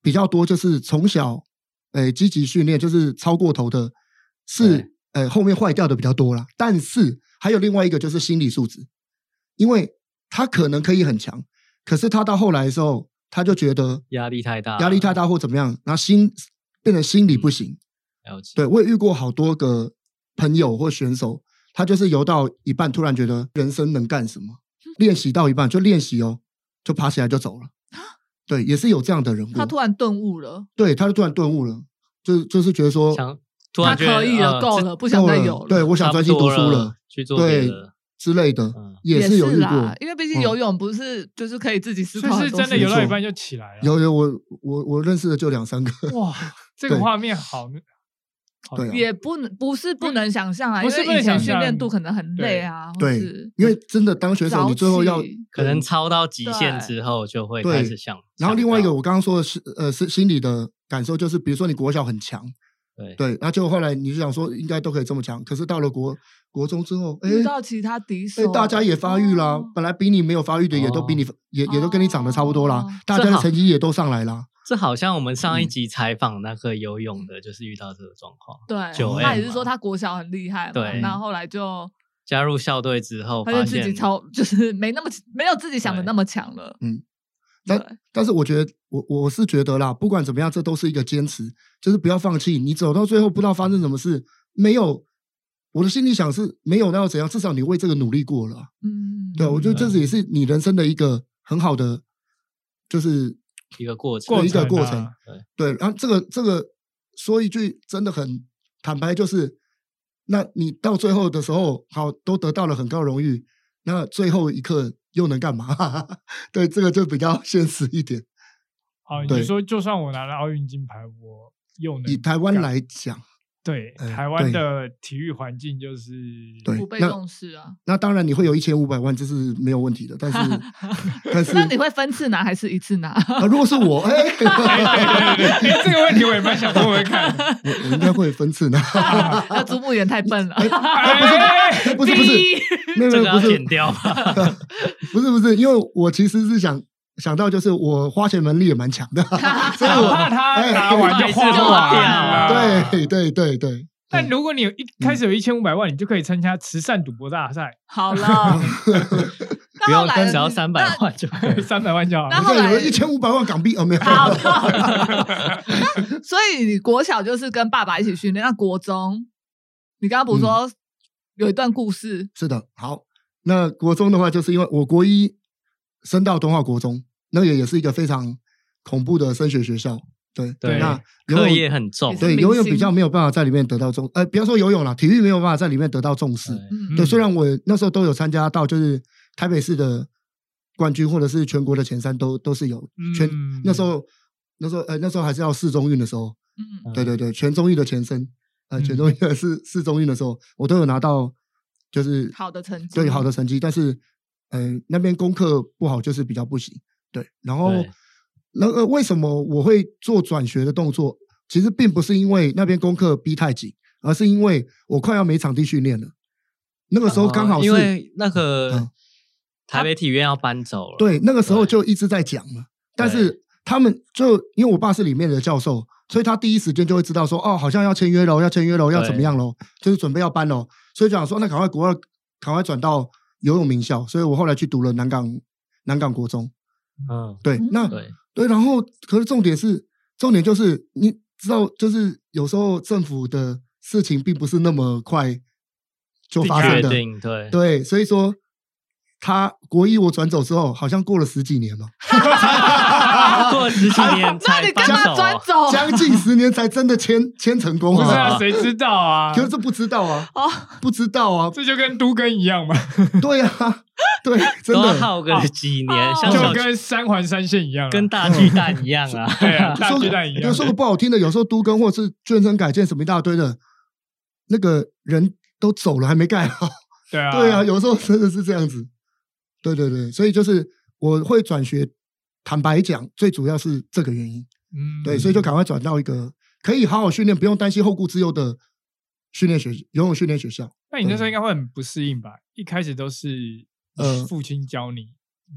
S1: 比较多，就是从小诶积极训练就是超过头的，
S4: 对
S1: 是呃后面坏掉的比较多啦。但是还有另外一个就是心理素质，因为他可能可以很强，可是他到后来的时候，他就觉得
S4: 压力太大嗯了
S1: 压力太大或怎么样，然后心变成心理不行，
S4: 了解，
S1: 对我也遇过好多个朋友或选手，他就是游到一半，突然觉得人生能干什么？
S2: 嗯
S1: 练习到一半就练习哦，就爬起来就走了。对，也是有这样的人过。
S2: 啊他突然顿悟了，
S1: 对，他就突然顿悟了，就是就是觉得说，
S4: 想突
S2: 他
S4: 然觉得
S2: 可以了，
S4: 呃
S2: 够
S4: 这
S2: 了，不想再
S1: 够了
S2: 有了。
S1: 对我想专心读
S4: 差
S1: 书
S4: 不多
S1: 了
S4: 了，去做别
S1: 对
S4: 的。
S1: 之类的
S4: 嗯，
S1: 也是有遇过嗯
S2: 啦，。因为毕竟游泳不是就是可以自己思
S3: 就
S2: 考很
S3: 是
S2: 多事
S3: 真
S2: 情，
S3: 的游到一半就起来了。
S1: 有有，我我我认识的就两三个。
S3: 哇，这个
S1: 对
S3: 画面好，好
S1: 对啊
S2: 也不能不是不能想象啊，
S3: 不
S2: 因
S3: 是
S2: 为
S3: 不能
S2: 以前
S3: 想
S2: 训
S3: 象
S2: 练度可能很累啊，或
S1: 对
S2: 是，
S1: 因为真的当选手，你最后要
S2: 早起
S4: 可能超到极
S2: 对
S4: 限之后就会
S1: 对
S4: 开始想。
S1: 然后另外一个，
S4: 想
S1: 我刚刚说的是，呃，是心理的感受，就是比如说你国小很强，
S4: 到对，
S1: 对，那就后来你就想说应该都可以这么强，可是到了国国中之后，哎
S2: 遇，到其他敌
S1: 哎
S2: 手，，
S1: 大家也发育啦，
S2: 哦
S1: 本来比你没有发育的也都比你、也也都跟你长得差不多啦，
S2: 哦
S1: 大家的成绩也都上来啦，
S4: 这好像我们上一
S1: 嗯
S4: 集采访那个游泳的，就是遇到这个状况，
S2: 对，
S4: 九 M
S2: 他也是
S4: 嘛
S2: 说他国小很厉害嘛，
S4: 对
S2: 然后后来就
S4: 加入校队之后
S2: 他
S4: 发
S2: 就自己
S4: 现，
S2: 超就是没那么没有自己想的
S4: 对
S2: 那么强了，
S1: 嗯，
S2: 对
S1: 那，但是我觉得我我是觉得啦，不管怎么样，这都是一个坚持，就是不要放弃，你走到最后不知道发生什么事，没有。我的心里想是没有那又怎样，至少你为这个努力过了啊。
S2: 嗯，
S1: 对，我觉得这也是你人生的一个很好的，就是
S4: 一个过程，
S3: 过
S1: 一个过
S3: 程啊
S1: 对，然后这个这个说一句真的很坦白，就是，那你到最后的时候，好都得到了很高荣誉，那最后一刻又能干嘛？ 对，这个就比较 现实一点。
S3: 好，你
S1: 对
S3: 就说就算我拿了奥运金牌，我又能
S1: 以台湾
S3: 干
S1: 来讲，
S3: 对
S1: 呃
S3: 台湾
S1: 对
S3: 的体育环境就是
S1: 对
S2: 不被
S1: 那
S2: 重视啊。
S1: 那当然你会有一千五百万，这是没有问题的。但是，但是
S2: 那，你会分次拿还是一次拿？
S1: 啊，如果是 我，哎、
S3: 对对对，哎这个问题我也蛮想问问看的。哎
S1: 我我应该会分次呢。
S2: 那珠穆园太笨了，
S3: 哎
S1: 不是不是，没有没
S4: 这
S1: 有
S4: 个要
S1: 不是
S4: 剪 掉吧。
S1: 不是不是，因为我其实是想想到，就是我花钱能力也蛮强的，所以
S3: 哪
S1: 我
S3: 怕他
S1: 哎
S3: 拿完就花
S4: 就花
S3: 完
S4: 掉
S3: 了。
S4: 了
S1: 对。嗯对对对，
S3: 但如果你有一开始有一千五百万，你就可以参加慈善赌博大赛，
S2: 好 了，
S4: 不
S2: 那后
S4: 用
S2: 来
S4: 只要三百万就可 以。
S3: 三百万就好
S2: 那
S3: 了。
S2: 后来
S1: 有一千五百万港币哦，没有，
S2: 好，那所以你国小就是跟爸爸一起训练，那国中，你刚刚不
S1: 嗯
S2: 是说有一段故事，
S1: 是的，好。那国中的话，就是因为我国一升到东华国中，那也也是一个非常恐怖的升学学校。对
S4: 对
S1: 那游
S4: 课
S1: 泳
S4: 业很重，
S1: 对
S2: 明
S1: 游泳比
S2: 星
S1: 较没有办法在里面得到重，呃，不要说游泳了，体育没有办法在里面得到重视。
S2: 嗯
S1: 对，虽然我那时候都有参加到，就是台北市的冠军或者是全国的前三都都是有全、
S3: 嗯
S1: 那时候那时候呃那时候还是要市中运的时候，
S2: 嗯，
S1: 对对对，全中运的前身，呃，
S3: 嗯
S1: 全中运的是市中运的时候，我都有拿到，就是
S2: 好的成绩
S1: 对 好的成绩，但是呃那边功课不好，就是比较不行，对，然后
S4: 对
S1: 那个为什么我会做转学的动作？其实并不是因为那边功课逼太紧，而是因为我快要没场地训练了。那个时候刚好
S4: 哦
S1: 是、
S4: 因为那个
S1: 嗯
S4: 台北体院要搬走了，
S1: 对，那个时候
S4: 对
S1: 就一直在讲嘛。但
S4: 对
S1: 是他们就因为我爸是里面的教授，所以他第一时间就会知道说，哦，好像要签约喽，要签约喽，要怎么样喽，就是准备要搬喽。所以就想说，那赶快国二，赶快转到游泳名校。所以我后来去读了南港南港国中。
S4: 嗯，
S1: 对，
S2: 嗯
S1: 那
S4: 对，
S1: 对，然后可是重点是，重点就是你知道，就是有时候政府的事情并不是那么快就发生
S4: 确
S1: 的，
S4: 定对
S1: 对，所以说他国一我转走之后，好像过了十几 年嘛，啊
S4: 过了十几年
S2: 啊那
S4: 才
S2: 你
S4: 搬
S2: 干嘛
S4: 走
S2: 转
S4: 啊，
S2: 走？
S1: 将近十年才真的签签成功
S3: 不是啊，
S1: 啊。
S3: 谁知道啊？
S1: 可是这不知道啊，
S2: 哦，
S1: 不知道啊，
S3: 这就跟都跟一样嘛，
S1: 对啊， 对，真
S4: 都要
S1: 的。啊
S4: 耗个几
S2: 哦
S4: 年，像
S3: 就
S4: 小
S3: 跟三环三线一样啊，
S4: 跟大巨蛋一样啊。
S3: 对啊，大
S1: 说
S3: 鸡蛋一样
S1: 有。说个不好听的，有时候都更或是捐身改建什么一大堆的，那个人都走了还没盖好。
S3: 对啊，
S1: 对啊，，有时候真的是这样子。对对对，所以就是我会转学，坦白讲，最主要是这个原因。
S3: 嗯，
S1: 对，所以就赶快转到一个可以好好训练，不用担心后顾之忧的训练学游泳训练学校。
S3: 那你那时候应该会很不适应吧？一开始都是
S1: 呃
S3: 父亲教你，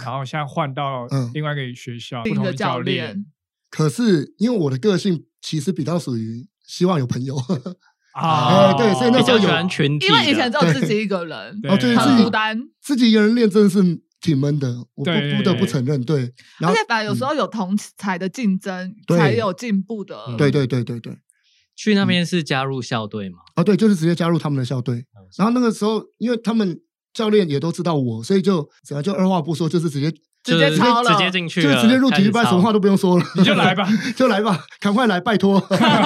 S3: 然后现在换到
S1: 嗯
S3: 另外一个学校，不
S2: 另一
S3: 同
S2: 个
S3: 的教
S2: 教练，
S1: 可是因为我的个性其实比较属于希望有朋友，
S3: 啊，
S1: 哎对所以那
S4: 哦比
S1: 时候
S4: 较喜
S1: 有
S4: 欢群体
S2: 因
S4: 的，
S2: 为以前只有自己一个人，
S3: 对
S1: 哦，对
S3: 很
S1: 自己
S2: 孤单
S1: 自己一个人练真的是挺闷的，我不
S3: 对
S1: 不得不承认。对，然
S2: 而
S1: 后嗯
S2: 且反而有时候有同才的竞争，
S1: 对
S2: 才有进步的。
S4: 嗯
S1: 对对对对对，
S4: 去那边是加入校队嘛，
S1: 哦对，就是直接加入他们的校队。然后那个时候，因为他们教练也都知道我，所以就只要就二话不说，就是直接
S2: 直接
S4: 就是
S2: 抄了
S4: 直接进去
S1: 就
S4: 了，
S1: 直接入体育班，什
S4: 开始抄
S1: 么话都不用说了，
S3: 你就来吧，
S1: 就来吧，赶快来，拜托。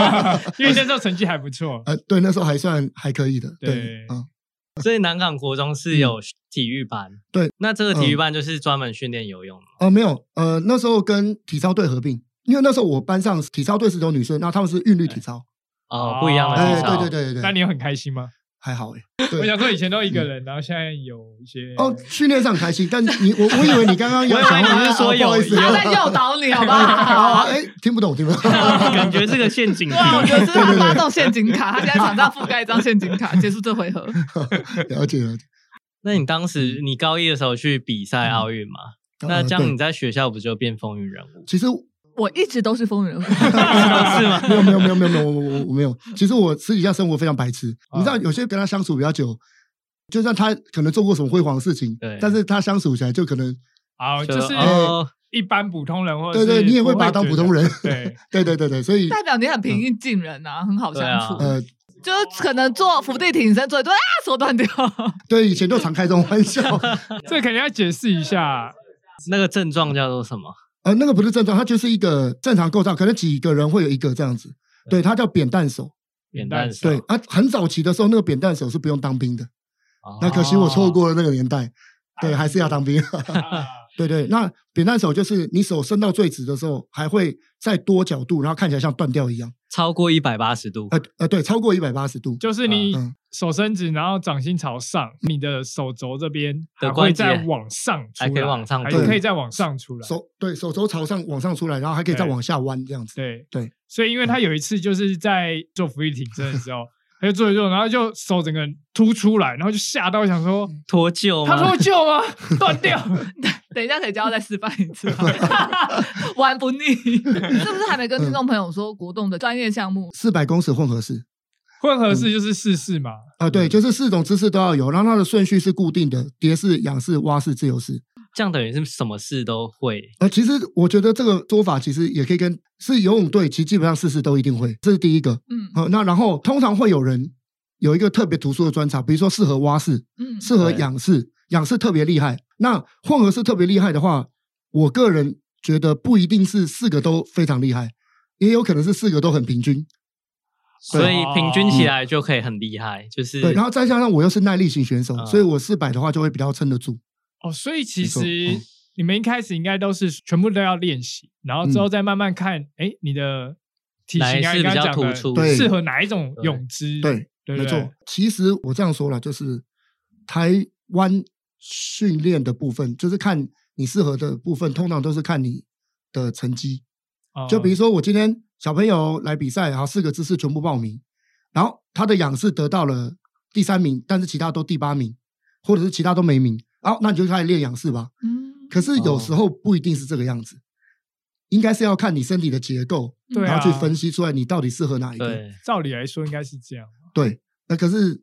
S3: 因为那时候成绩还不错，
S1: 呃，对，那时候还算还可以的，对
S3: 对，
S1: 嗯。
S4: 所以南港国中是有体育班，
S1: 对，嗯
S4: 那这个体育班就是专门训练游泳的，
S1: 呃，没有，呃，那时候跟体操队合并，因为那时候我班上体操队是有女生，然后他们是韵律体操，
S4: 哦，不一样的
S1: 哎，对
S4: 体操，
S1: 对对对
S3: 那
S1: 对，
S3: 你有很开心吗？
S1: 还好哎，
S3: 我
S1: 对，嗯
S3: 想说以前都一个人，然后现在有一些
S1: 哦，训练上开心，但 你我我以为你刚刚要
S4: 我以为
S1: 想
S4: 你
S1: 要
S4: 是说
S1: 不好
S4: 有
S1: 意思，
S4: 有
S2: 他在诱导你，好不
S1: 啊，
S2: 好？
S1: 哎，听不懂，听不懂，
S4: 感觉是个陷阱题
S2: 对，。啊我觉得是他发动陷阱卡，他现在场上覆盖一张陷阱卡，结束这回合。
S1: 了解了解。
S4: 那你当时你高一的时候去比赛奥运嘛？那
S1: 呃
S4: 这
S1: 嗯
S4: 样
S1: 对？
S4: 你在学校不就变风云人物
S1: 其实
S2: 我一直都是风云人物，
S4: 是吗？
S1: 没 有没有没有没有没有我我我没有，其实我私底下生活非常白痴，你
S3: 啊
S1: 知道有些跟他相处比较久，就算他可能做过什么辉煌的事情
S4: 对，
S1: 但是他相处起来就可能
S3: 啊，就是
S4: 哦，
S3: 一般普通人，或者
S1: 对
S3: 是
S1: 对，你也
S3: 不
S1: 会
S3: 会
S1: 把他当
S3: 觉
S1: 普
S3: 得
S1: 通人，
S3: 对，
S1: 对对对对，所以
S2: 代表你很平易近人啊，很好相处。
S4: 对
S1: 呃，
S2: 就是可能做伏地挺身做一做啊，手断掉。
S1: 对，以前都常开这种玩笑，
S3: 这肯定要解释一下。
S4: 那个症状叫做什么？
S1: 呃，那个不是症状，它就是一个正常构造，可能几个人会有一个这样子。对，它叫扁担手。
S4: 扁担手。
S1: 对啊，很早期的时候，那个扁担手是不用当兵的。
S4: 哦，
S1: 那可惜我错过了那个年 代。对，
S3: 哎
S1: 还是要当兵。
S3: 啊
S1: 对对，那扁担手就是你手伸到最直的时候，还会再多角度，然后看起来像断掉一样。
S4: 超过一百八十度。
S1: 呃呃，对，超过一百八十度。
S3: 就是你
S1: 嗯
S3: 手伸直，然后掌心朝上，你的手肘这边
S4: 嗯
S3: 还
S4: 的
S3: 会
S4: 关节
S3: 再往上出来，
S4: 还可以往上
S3: 还
S1: 对
S3: 可以再往上出来。
S1: 手对手肘朝上往上出来，然后还可以再
S3: 对
S1: 往下弯这样子。
S3: 对
S1: 对，
S3: 所以因
S4: 嗯
S3: 为他有一次就是在做俯卧撑的时候， 他就做一做，然后就手整个凸出来，然后就吓到，想说
S4: 脱臼
S3: 他
S4: 吗
S3: 脱？臼吗？ 断掉？
S2: 等一下可以教他再示范一次，玩不腻。是不是还没跟听众朋友说国栋的专业项目？
S1: 四百公尺混合式。
S3: 混合
S4: 嗯
S3: 式就是试试嘛，
S1: 啊，对，就是四种姿势都要有，然后它的顺序是固定的，蝶式、仰式、蛙式、自由式。
S4: 这样等于是什么事都会。
S1: 呃，其实我觉得这个说法其实也可以跟是游泳队，其实基本上事事都一定会，这是第一个。
S2: 嗯
S1: 好、那然后通常会有人有一个特别突出的专长，比如说适合蛙式、
S2: 嗯，
S1: 适合
S4: 对
S1: 仰式，仰式特别厉害。那混合式特别厉害的话，我个人觉得不一定是四个都非常厉害，也有可能是四个都很平均。
S4: 所以平均起来就可以很厉害，就是
S1: 对，然后再加上我又是耐力型选手，
S4: 嗯
S1: 所以我四百的话就会比较撑得住。
S3: 哦，所以其
S1: 没错
S3: 实
S1: 嗯
S3: 你们一开始应该都是全部都要练习，然后之后再慢慢看，哎，你的体型
S4: 嗯哪
S3: 啊，
S4: 一式
S3: 你刚
S4: 比
S3: 刚
S4: 较
S3: 讲的
S4: 突出
S1: 对
S3: 适合哪一种泳姿？
S1: 对，
S3: 对，
S1: 没错。。其实我这样说了，就是台湾训练的部分，就是看你适合的部分，通常都是看你的成绩。
S3: 哦
S1: 就比如说，我今天小朋友来比赛，然后四个姿势全部报名，然后他的仰式得到了第三名，但是其他都第八名，或者是其他都没名。好，那你就开始练仰式吧。
S2: 嗯，
S1: 可是有时
S3: 哦
S1: 候不一定是这个样子，应该是要看你身体的结构，
S3: 对
S1: 然
S3: 啊
S1: 后去分析出来你到底适合哪一个。
S4: 对
S3: 照理来说应该是这样，
S1: 对，那可是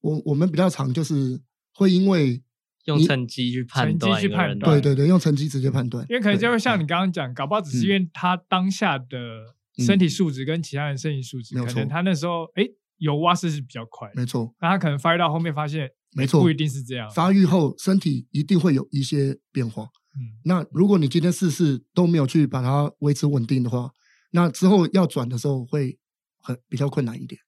S1: 我我们比较常就是会因为
S4: 用成绩去判断一
S3: 成绩去
S4: 个
S3: 判
S4: 人
S3: 断
S1: 对对对，用成绩直接判断，
S3: 因为可能就
S1: 对嗯
S3: 会像你刚刚讲，搞不好只是因为他当下的身体素质跟其他人身体素质，
S1: 嗯没有
S3: 可
S1: 错
S3: 能他那时候哎游蛙式是比较快的，
S1: 没错，
S3: 那他可能发育到后面发现，
S1: 没错
S3: 不一，定是这样。
S1: 发育后身体一定会有一些变化。
S3: 嗯，
S1: 那如果你今天事事都没有去把它维持稳定的话，那之后要转的时候会很比较困难一点。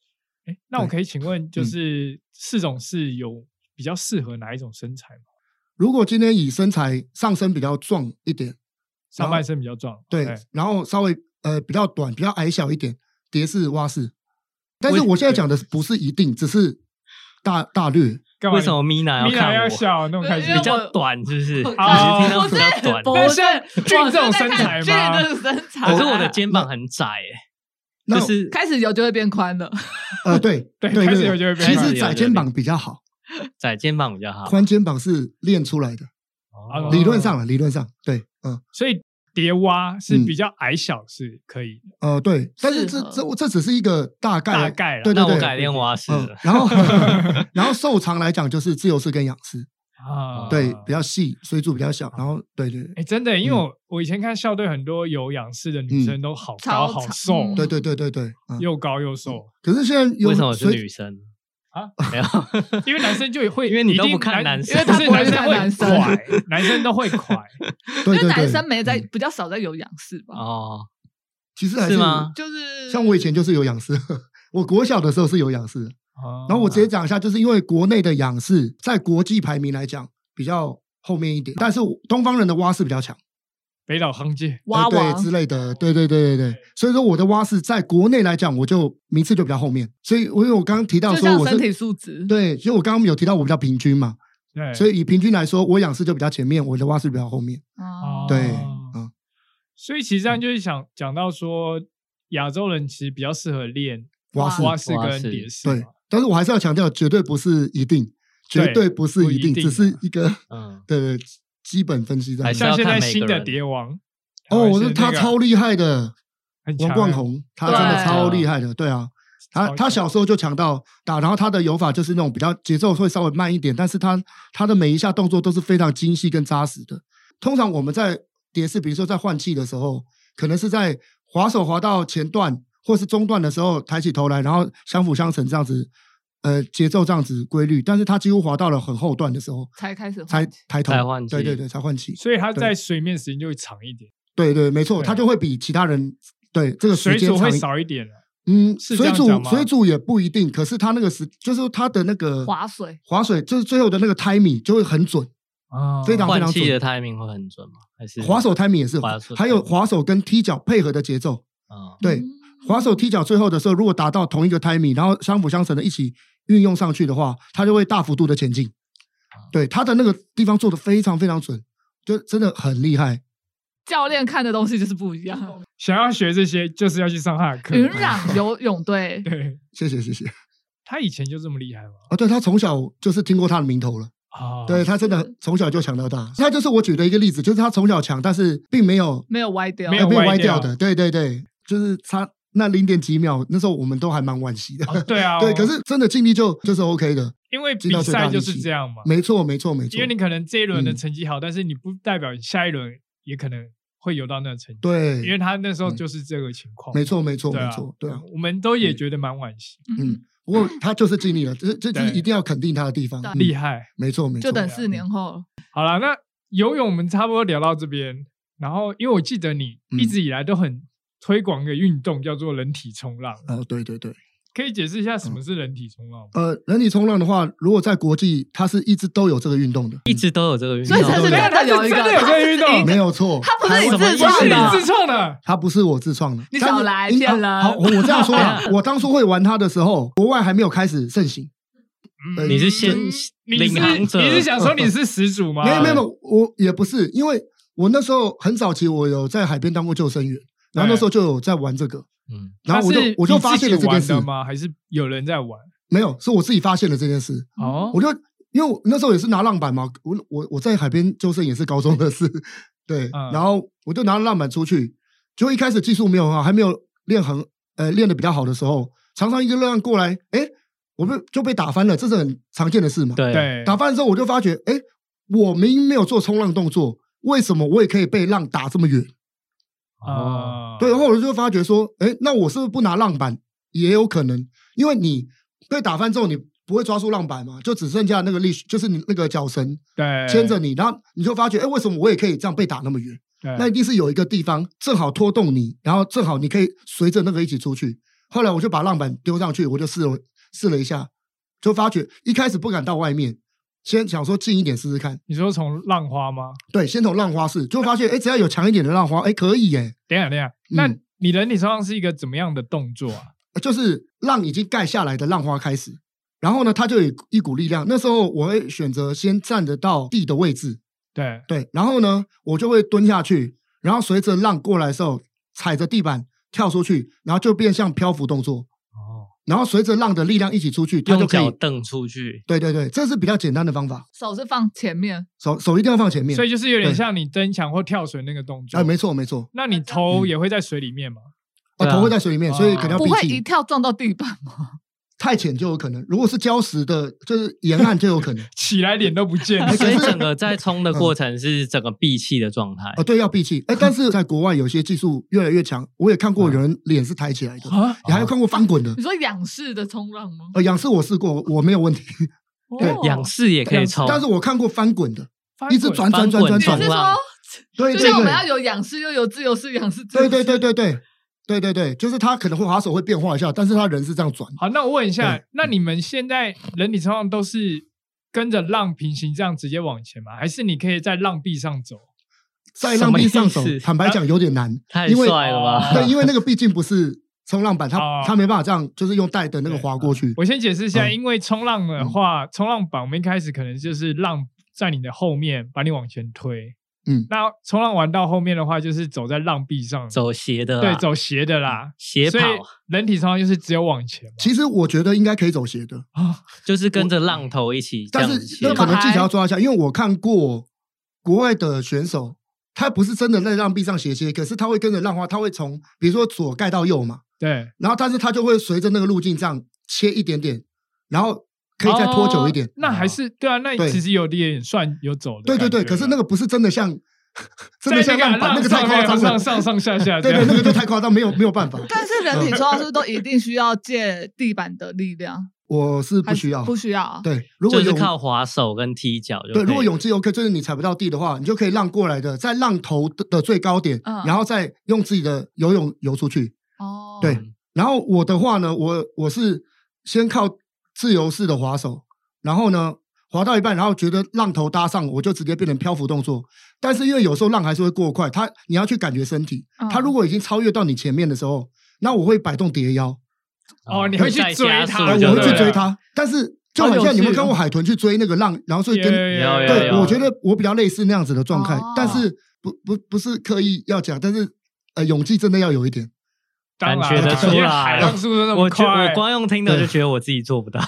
S3: 哎，那我
S1: 对
S3: 可以请问，就
S1: 嗯
S3: 是四种是有比较适合哪一种身材吗？
S1: 如果今天以身材上身比较壮一点，
S3: 上半身比较壮，
S1: 对，
S3: 哎
S1: 然后稍微呃比较短、比较矮小一点，蝶式、蛙式。但是
S4: 为
S1: 我现在讲的不是一定，只是大大略。
S3: 干嘛
S4: 为什么米娜
S3: 你米
S4: 看
S3: 娅
S4: 我？
S3: 要小那种开
S2: 因
S3: 心
S2: 为
S4: 比？较短是不是？
S2: 我
S3: 哦
S4: 你是听到比较短，
S2: 不
S3: 那
S2: 是
S3: 像俊
S2: 我
S3: 这种身材
S2: 俊
S3: 吗？
S2: 这种身材，啊
S4: 可是
S3: 啊
S4: 我的肩膀很窄
S1: 那
S4: 哎，就是
S2: 开始有就会变宽了。
S1: 呃， 对
S3: 对
S1: 对
S3: 开始有就会变
S1: 其
S4: 宽
S1: 实
S4: 有
S1: 窄
S4: 有
S1: 肩
S4: 有
S1: 膀比较好，
S4: 窄肩膀比较好。
S1: 宽肩膀是练出来的，
S4: 哦
S1: 理论上了，理论上对，嗯
S3: 所以蝶蛙是
S1: 嗯
S3: 比较矮小是可以的，
S1: 呃对，但是
S2: 适
S1: 这
S2: 合
S1: 这这只是一个大概
S3: 大概啦
S1: 对对
S4: 那
S1: 对，
S4: 我改练蛙式
S1: 嗯
S4: 了，
S1: 然 后然后瘦长来讲就是自由式跟仰式，
S3: 啊
S1: 对，
S4: 哦
S1: 比较细，水柱比较小，然后对对对
S3: 哎，真的，因为
S1: 嗯
S3: 我我以前看校队很多有氧式的女生都好高
S2: 超
S3: 好
S2: 长
S3: 瘦
S2: 嗯，
S1: 对对对对对，嗯。
S3: 又高又瘦，
S1: 可是现在有
S4: 为什么是
S1: 水
S4: 女生
S3: 啊？
S4: 没有，
S3: 因为男生就会，
S4: 因为你都
S3: 一定
S4: 不看男生
S3: 因 为他不是男生
S2: 因为
S3: 会快，男生都会快，
S1: 对
S2: 因
S1: 对
S2: 为男
S1: 对，
S2: 生没在
S1: 嗯
S2: 比较少在有氧式吧，
S4: 哦，
S1: 其实还
S4: 是吗
S2: 就是
S1: 像我以前就是有仰式， 我国小的时候是有仰式的，
S3: 然
S1: 然后我直接讲一下，就是因为国内的仰式在国际排名来讲比较后面一点，但是东方人的蛙式比较强，
S3: 北岛康介，
S2: 蛙
S1: 呃
S2: 王
S1: 对之类的，对对对对对，所以说我的蛙式在国内来讲，我就名次就比较后面，所以我因为我刚刚提到
S2: 就
S1: 说
S2: 像
S1: 我
S2: 身体
S1: 是。
S2: 素质，
S1: 对，所以我刚刚有提到我比较平均嘛，
S3: 对，
S1: 所以以平均来说，我仰式就比较前面，我的蛙式比较后面。
S2: 哦
S1: 对，
S3: 哦
S1: 嗯，
S3: 所以其实上就是想讲到说，亚洲人其实比较适合练
S1: 蛙式
S3: 蛙式
S4: 蛙
S3: 跟
S4: 式
S3: 蝶式嘛，
S1: 对，但是我还是要强调，绝对不是一定，绝
S3: 对
S1: 对不是
S3: 不
S1: 一
S3: 一
S1: 定，
S3: 定
S1: 只
S2: 啊
S1: 是一个
S4: 嗯，
S1: 的基本分析在
S4: 还
S1: 里
S4: 是
S1: 面。
S3: 像现在
S4: 还是要看每个
S3: 新的
S4: 人
S3: 蝶王，
S1: 哦，我
S3: 是
S1: 说他超厉害的，
S3: 很
S1: 王
S3: 强
S1: 冠
S3: 啊，
S1: 宏，他真的
S2: 对
S1: 超厉害的，对啊。他
S3: 超强
S1: 他小时候就强到打，然后他的游法就是那种比较节奏会稍微慢一点，但是他他的每一下动作都是非常精细跟扎实的。通常我们在蝶式，比如说在换气的时候，可能是在滑手滑到前段或是中段的时候抬起头来，然后相辅相成这样子，呃，节奏这样子规律。但是他几乎滑到了很后段的时候
S2: 才开始
S1: 才
S2: 换气
S1: 抬头，
S4: 才换气
S1: 对对对，才换气。
S3: 所以他在水面时间就会长一点，
S1: 对对，没错，
S3: 对啊
S1: 他就会比其他人对这个
S3: 水
S1: 时
S3: 阻
S1: 间
S3: 会
S1: 长一。
S3: 少一点了。
S1: 嗯，
S3: 是这
S1: 水
S3: 样讲
S1: 煮
S3: 吗
S1: 水煮也不一定，可是他那个时就是他的那个
S2: 划水，
S1: 划水，就是最后的那个 timing 就会很准，
S3: 啊
S1: 非常非
S4: 换
S1: 常
S4: 气的
S1: 准。
S4: timing 会很准吗？还是
S1: 滑手 timing 也是
S4: 滑手，
S1: 还有滑手跟踢脚配合的节奏，
S4: 嗯
S1: 对，
S2: 嗯
S1: 滑手踢脚最后的时候，如果达到同一个 timing，然后相辅相成的一起运用上去的话，它就会大幅度的前进。
S3: 啊
S1: 对，他的那个地方做的非常非常准，就真的很厉害。
S2: 教练看的东西就是不一样。
S3: 想要学这些，就是要去上他的课。
S2: 云壤游泳队
S3: 对
S1: 谢谢谢谢。
S3: 他以前就这么厉害吗？
S1: 啊，对他从小就是听过他的名头了。
S3: 啊，
S1: 对他真的很从小就强到大，他就是我举的一个例子，就是他从小强，但是并没有
S2: 没有歪掉，
S3: 没
S1: 呃
S3: 有
S1: 被
S3: 歪
S1: 歪
S3: 掉
S1: 掉的。对对对，就是差那零点几秒，那时候我们都还蛮惋惜的。
S3: 哦，对 啊，
S1: 对，可是真的尽力就就是 OK 的，
S3: 因为
S1: 知
S3: 比
S1: 道最大
S3: 赛
S1: 力
S3: 就是
S1: 气
S3: 这样嘛，
S1: 没错没错没错
S3: 因为。你可能这一轮的
S1: 嗯
S3: 成绩好，但是你不代表你下一轮也可能会游到那个成绩。，因为
S1: 对，嗯
S3: 他那时候就是这个情况。
S1: 没错没错
S3: 对啊，
S1: 没错，对啊，
S3: 我们都也觉得蛮惋惜，
S1: 嗯，不过他就是尽力了，这这就是
S3: 对
S1: 一定要肯定他的地方，嗯
S3: 厉，害。啊
S1: 没错没错，
S2: 就等四年后。
S3: 好了，那游泳我们差不多聊到这边，然后因为我记得你
S1: 嗯
S3: 一直以来都很推广一个运动叫做人体冲浪，
S1: 哦，对对对，
S3: 可以解释一下
S1: 嗯
S3: 什么是人体冲浪吗？
S1: 呃，人体冲浪的话，如果在国际，它是一直都有这个运动的，
S4: 一直都有这个运
S2: 所
S4: 动
S2: 以，他是
S1: 对
S2: 啊真的有一个，哎
S3: 真的有这个运动
S2: 他是一
S1: 没有错，
S2: 他不是
S1: 台
S2: 你
S1: 湾
S2: 自
S4: 什么
S2: 创
S4: 意思
S3: 你
S2: 的，啊
S3: 自创的
S1: 它不是我自创的。
S2: 你
S1: 但是
S2: 少来
S1: 应
S2: 骗人
S1: 好，我我这样说 啊，我当初会玩它的时候，国外还没有开始盛行。
S3: 嗯
S4: 你是先
S3: 你是
S4: 领航者
S3: 你是想说 你是始祖吗？
S1: 没有没有没有，我也不是，因为我那时候很早期，我有在海边当过救生员，然后那时候就有在玩这个，
S4: 嗯，
S1: 然后我
S3: 他
S1: 就是我就
S3: 你自
S1: 发现了
S3: 己
S1: 这件
S3: 玩
S1: 事
S3: 的，吗？还是有人在玩？
S1: 没有，是我自己发现了这件事，
S3: 哦
S1: 我就因为我那时候也是拿浪板嘛，我我我在海边救生也是高中的事， 对，
S3: 嗯
S1: 然后我就拿浪板出去，就一开始技术没有很啊好，还没有练很呃练的比较好的时候，常常一个热浪过来，哎，我被就被打翻了，这是很常见的事嘛。
S4: 对，
S3: 对，
S1: 打翻之后我就发觉，哎，我明明没有做冲浪动作，为什么我也可以被浪打这么远？
S4: 哦，
S3: 啊，
S1: 对，然后我就发觉说，哎，那我是不是不拿浪板也有可能？因为你被打翻之后，你不会抓住浪板嘛，就只剩下那个力，就是你那个脚绳
S3: 对，
S1: 牵着你，然后你就发觉，哎，为什么我也可以这样被打那么远？
S3: 对，
S1: 那一定是有一个地方正好拖动你，然后正好你可以随着那个一起出去。后来我就把浪板丢上去，我就试了试了一下，就发觉一开始不敢到外面，先想说近一点试试看。
S3: 你说从浪花吗？
S1: 对，先从浪花试，就发现哎，只要有强一点的浪花，哎，可以耶，
S3: 等一下等一下，那
S1: 嗯
S3: 你人体抽浪是一个怎么样的动作啊？
S1: 就是浪已经盖下来的浪花开始。然后呢，它就有一股力量。那时候我会选择先站得到地的位置，
S3: 对，
S1: 对，然后呢，我就会蹲下去，然后随着浪过来的时候，踩着地板跳出去，然后就变像漂浮动作。
S3: 哦，
S1: 然后随着浪的力量一起出去，它就
S4: 用
S1: 可
S4: 脚
S1: 以。
S4: 蹬出去，
S1: 对对对，这是比较简单的方法，
S2: 手是放前面，
S1: 手手一定要放前面。
S3: 所以就是有点
S1: 对
S3: 像你蹬墙或跳水那个动作。
S1: 啊，没错嗯没错，
S3: 那你头也会在水里面吗？
S1: 啊
S4: 对啊
S1: 头会在水里面，所以可能要
S2: 不
S1: 闭
S2: 会一
S1: 气。
S2: 跳撞到地板吗？
S1: 太浅就有可能，如果是礁石的，就是沿岸就有可能。
S3: 起来脸都不见了
S1: 哎。
S4: 所以
S1: 可是嗯
S4: 整个在冲的过程是整个闭气的状态
S1: 啊，。对，要闭气。哎，但是在国外有些技术越来越强，我也看过有人脸是抬起来的，
S3: 啊，
S1: 也还有看过翻滚的
S2: 你。说仰式的冲浪吗？
S1: 呃，仰视我试过，我没有问题，对
S2: 哦
S4: 仰视也可以冲，
S1: 但是我看过翻滚的，
S3: 翻
S1: 一直
S3: 滚
S1: 转转转转
S4: 翻滚
S2: 你
S1: 转
S2: 是
S4: 冲。
S2: 说
S4: 浪，
S1: 对
S2: 就
S1: 对
S2: 像我们要
S1: 对，
S2: 有仰式，又有自由式、仰式、自由
S1: 对对对
S2: 式
S1: 对对对对对，就是他可能会滑手会变化一下，但是他人是这样转。
S3: 好，那我问一下
S1: 对，嗯
S3: 那你们现在人体冲浪都是跟着浪平行这样直接往前吗？还是你可以在浪壁上走？
S1: 在浪壁上走
S4: 什么意，思
S1: 坦白讲有点难，
S4: 太
S1: 因为
S4: 帅了 吧！
S1: 对，因为那哦个毕竟不是冲浪板，
S3: 哦
S1: 它它没办法这样，就是用带的那个划过去。
S3: 我先解释一下，
S1: 嗯
S3: 因为冲浪的话，冲浪板我们一开始可能就是浪在你的后面把你往前推，
S1: 嗯
S3: 那冲浪玩到后面的话，就是走在浪壁上，
S4: 走斜的啦，啊
S3: 对，走斜的啦，
S4: 斜跑
S3: 所以人体冲浪就是只有往前嘛
S1: 嗯其实我觉得应该可以走斜的，
S3: 啊，
S4: 就是跟着浪头一起这
S1: 但
S4: 样子
S1: 是
S4: 斜
S1: 那
S4: 跑。
S1: 可能
S2: 还
S1: 技巧要抓一下，因为我看过国外的选手，他不是真的在浪壁上斜切，可是他会跟着浪花，他会从比如说左盖到右嘛，
S3: 对，
S1: 然后但是他就会随着那个路径这样切一点点，然后可以再拖久一点
S3: 哦。那还是对啊，那
S1: 对
S3: 其实有点算有走的
S1: 对
S3: 感觉
S1: 对
S3: 了，
S1: 对，可是那个不是真的像 真
S3: 在
S1: 的
S3: 那
S1: 像
S3: 个
S1: 浪板，那个太
S3: 上
S1: 夸张
S3: 上
S1: 了。
S3: 上上下下，
S1: 对对，那个就太夸张，没有没有办法。
S2: 但是人体冲浪是不是都一定需要借地板的力量？
S1: 我是不
S2: 还是
S1: 需要，
S2: 不需要啊。
S1: 对，如果
S4: 就是
S1: 有
S4: 靠滑手跟踢脚就可以
S1: 对，
S4: 了。
S1: 如果泳姿 OK，就是你踩不到地的话，你就可以浪过来的，在浪头的的最高点，
S2: 嗯
S1: 然后再用自己的游泳游出去。
S2: 哦，
S1: 对然后我的话呢，我我是先靠自由式的滑手，然后呢滑到一半，然后觉得浪头搭上，我就直接变成漂浮动作。但是因为有时候浪还是会过快，它你要去感觉身体，它如果已经超越到你前面的时候，那我会摆动叠腰，
S3: 哦你会去
S4: 再
S3: 追
S4: 加
S3: 它
S4: 速
S1: 我
S3: 啊
S4: 就
S1: 会
S4: 对
S1: 去
S4: 了
S1: 追它。但是就很
S3: 好有
S1: 像你们
S3: 趣哦
S1: 看过海豚去追那个浪，然后所以跟
S4: 有有
S1: 对，
S4: 有
S1: 我觉得我比较类似那样子的状态，
S2: 哦
S1: 但是不不不是刻意要讲，但是呃，勇气真的要有一点。
S3: 当然
S4: 感觉得
S3: 啦
S4: 出来
S3: 因为海浪速度那么
S4: 我觉
S3: 快，
S4: 我光用听的就觉得我自己做不到。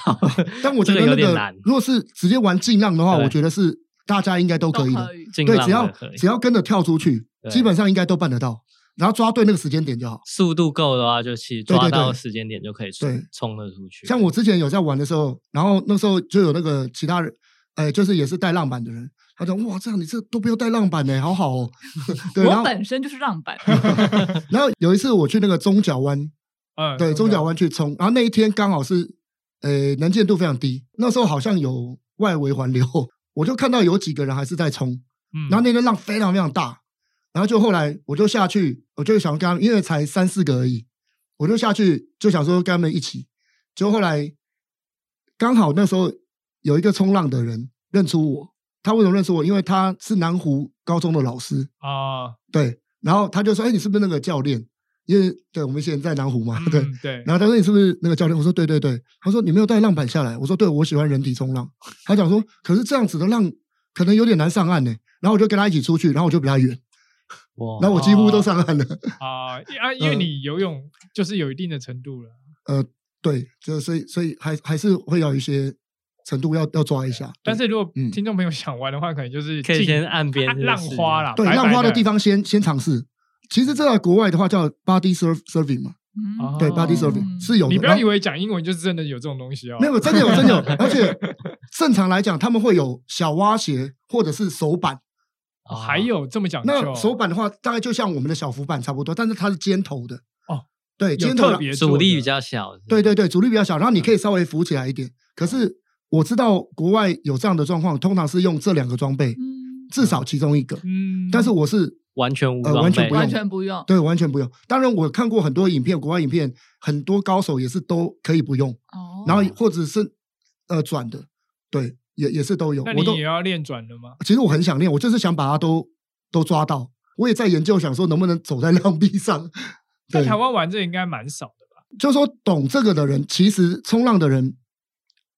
S1: 但我觉得
S4: 这
S1: 那
S4: 个有点难
S1: 个如果是直接玩劲浪的话，
S4: 对
S1: 我觉得是大家应该都
S2: 都
S1: 可以
S2: 可
S1: 的，
S2: 以。
S4: 进
S1: 对，
S4: 浪
S1: 只要
S4: 的可以
S1: 只要跟着跳出去，
S4: 对
S1: 基本上应该都办得到，然后抓对那个时间点就好。
S4: 速度够的话，就其实
S1: 对对
S4: 抓到
S1: 对
S4: 时间点就可以
S1: 对
S4: 冲冲得出去。
S1: 像我之前有在玩的时候，然后那时候就有那个其他人，呃，就是也是带浪板的人，他说：“哇，这样你这都不用带浪板呢，好好哦。” 对，然
S2: 我
S1: 后
S2: 本身就是浪 板，
S1: 然后有一次我去那个中角湾，
S3: 嗯
S1: 对，中角湾去冲，然后那一天刚好是，呃，能见度非常低，那时候好像有外围环流， 我就看到有几个人还是在冲，
S3: 嗯
S1: 然后那天浪非常非常大，然后就后来我就下去，我就想跟他们，因为才三四个而已，我就下去就想说跟他们一起，结果后来刚好那时候有一个冲浪的人认出我，他为什么认出我？因为他是南湖高中的老师，
S3: 啊，
S1: 对，然后他就说：“哎，你是不是那个教练？因为对我们以前在南湖嘛，对。
S3: 嗯对，
S1: 然后他说：“你是不是那个教练？”我说：“对对对。”他说：“你没有带浪板下来？”我说：“对，我喜欢人体冲浪。”他讲说：“可是这样子的浪可能有点难上岸呢。”然后我就跟他一起出去，然后我就比他远，
S3: 哦
S4: 哇
S1: 然后我几乎都上岸了。
S3: 啊因啊，
S1: 嗯
S3: 因为你游泳就是有一定的程度了，
S1: 对，就所以所以还还是会有一些程度要要抓一下。对
S3: 但是如果
S1: 嗯
S3: 听众朋友想玩的话，可能就是
S4: 可以
S3: 进
S4: 先岸边
S3: 啊
S4: 是不
S3: 浪
S4: 是
S3: 花啦，
S1: 对
S3: 白白
S1: 浪花的地方先先尝试。其实这在国外的话叫 body surf surfing 嘛，
S2: 嗯
S1: 哦对 body
S2: 嗯
S1: surfing 是有的。
S3: 哦你不
S1: 然
S3: 要
S1: 后
S3: 以为讲英文就是真的有这种东西哦，
S1: 没有，真的有，真 的有。而且正常来讲，他们会有小蛙鞋或者是手板。
S3: 哦还有这么讲
S1: 那
S3: 究，
S1: 手板的话，大概就像我们的小浮板差不多，但是它是尖头的。
S3: 哦，
S1: 对，
S3: 有
S1: 尖头
S3: 特
S1: 的。
S3: 别做
S4: 阻力
S3: 的嗯哦
S4: 比较小，
S1: 对对对，阻力比较小，然后你可以稍微浮起来一点。可是我知道国外有这样的状况，通常是用这两个装备，
S2: 嗯，
S1: 至少其中一个。
S3: 嗯，
S1: 但是我是
S4: 完全无
S1: 呃
S4: 装
S1: 完全
S4: 备
S1: 不用，
S2: 完全不用
S1: 对完全不用。当然，我看过很多影片，国外影片，很多高手也是都可以不用，
S2: 哦。。
S1: 然后或者是呃转的，对，也也是都有。
S3: 那
S1: 我都
S3: 你也要练转了吗？
S1: 其实我很想练，我就是想把它都都抓到。我也在研究，想说能不能走在 浪壁上。
S3: 在
S1: 对，
S3: 台湾玩这应该蛮少的吧？
S1: 就说懂这个的人，其实冲浪的人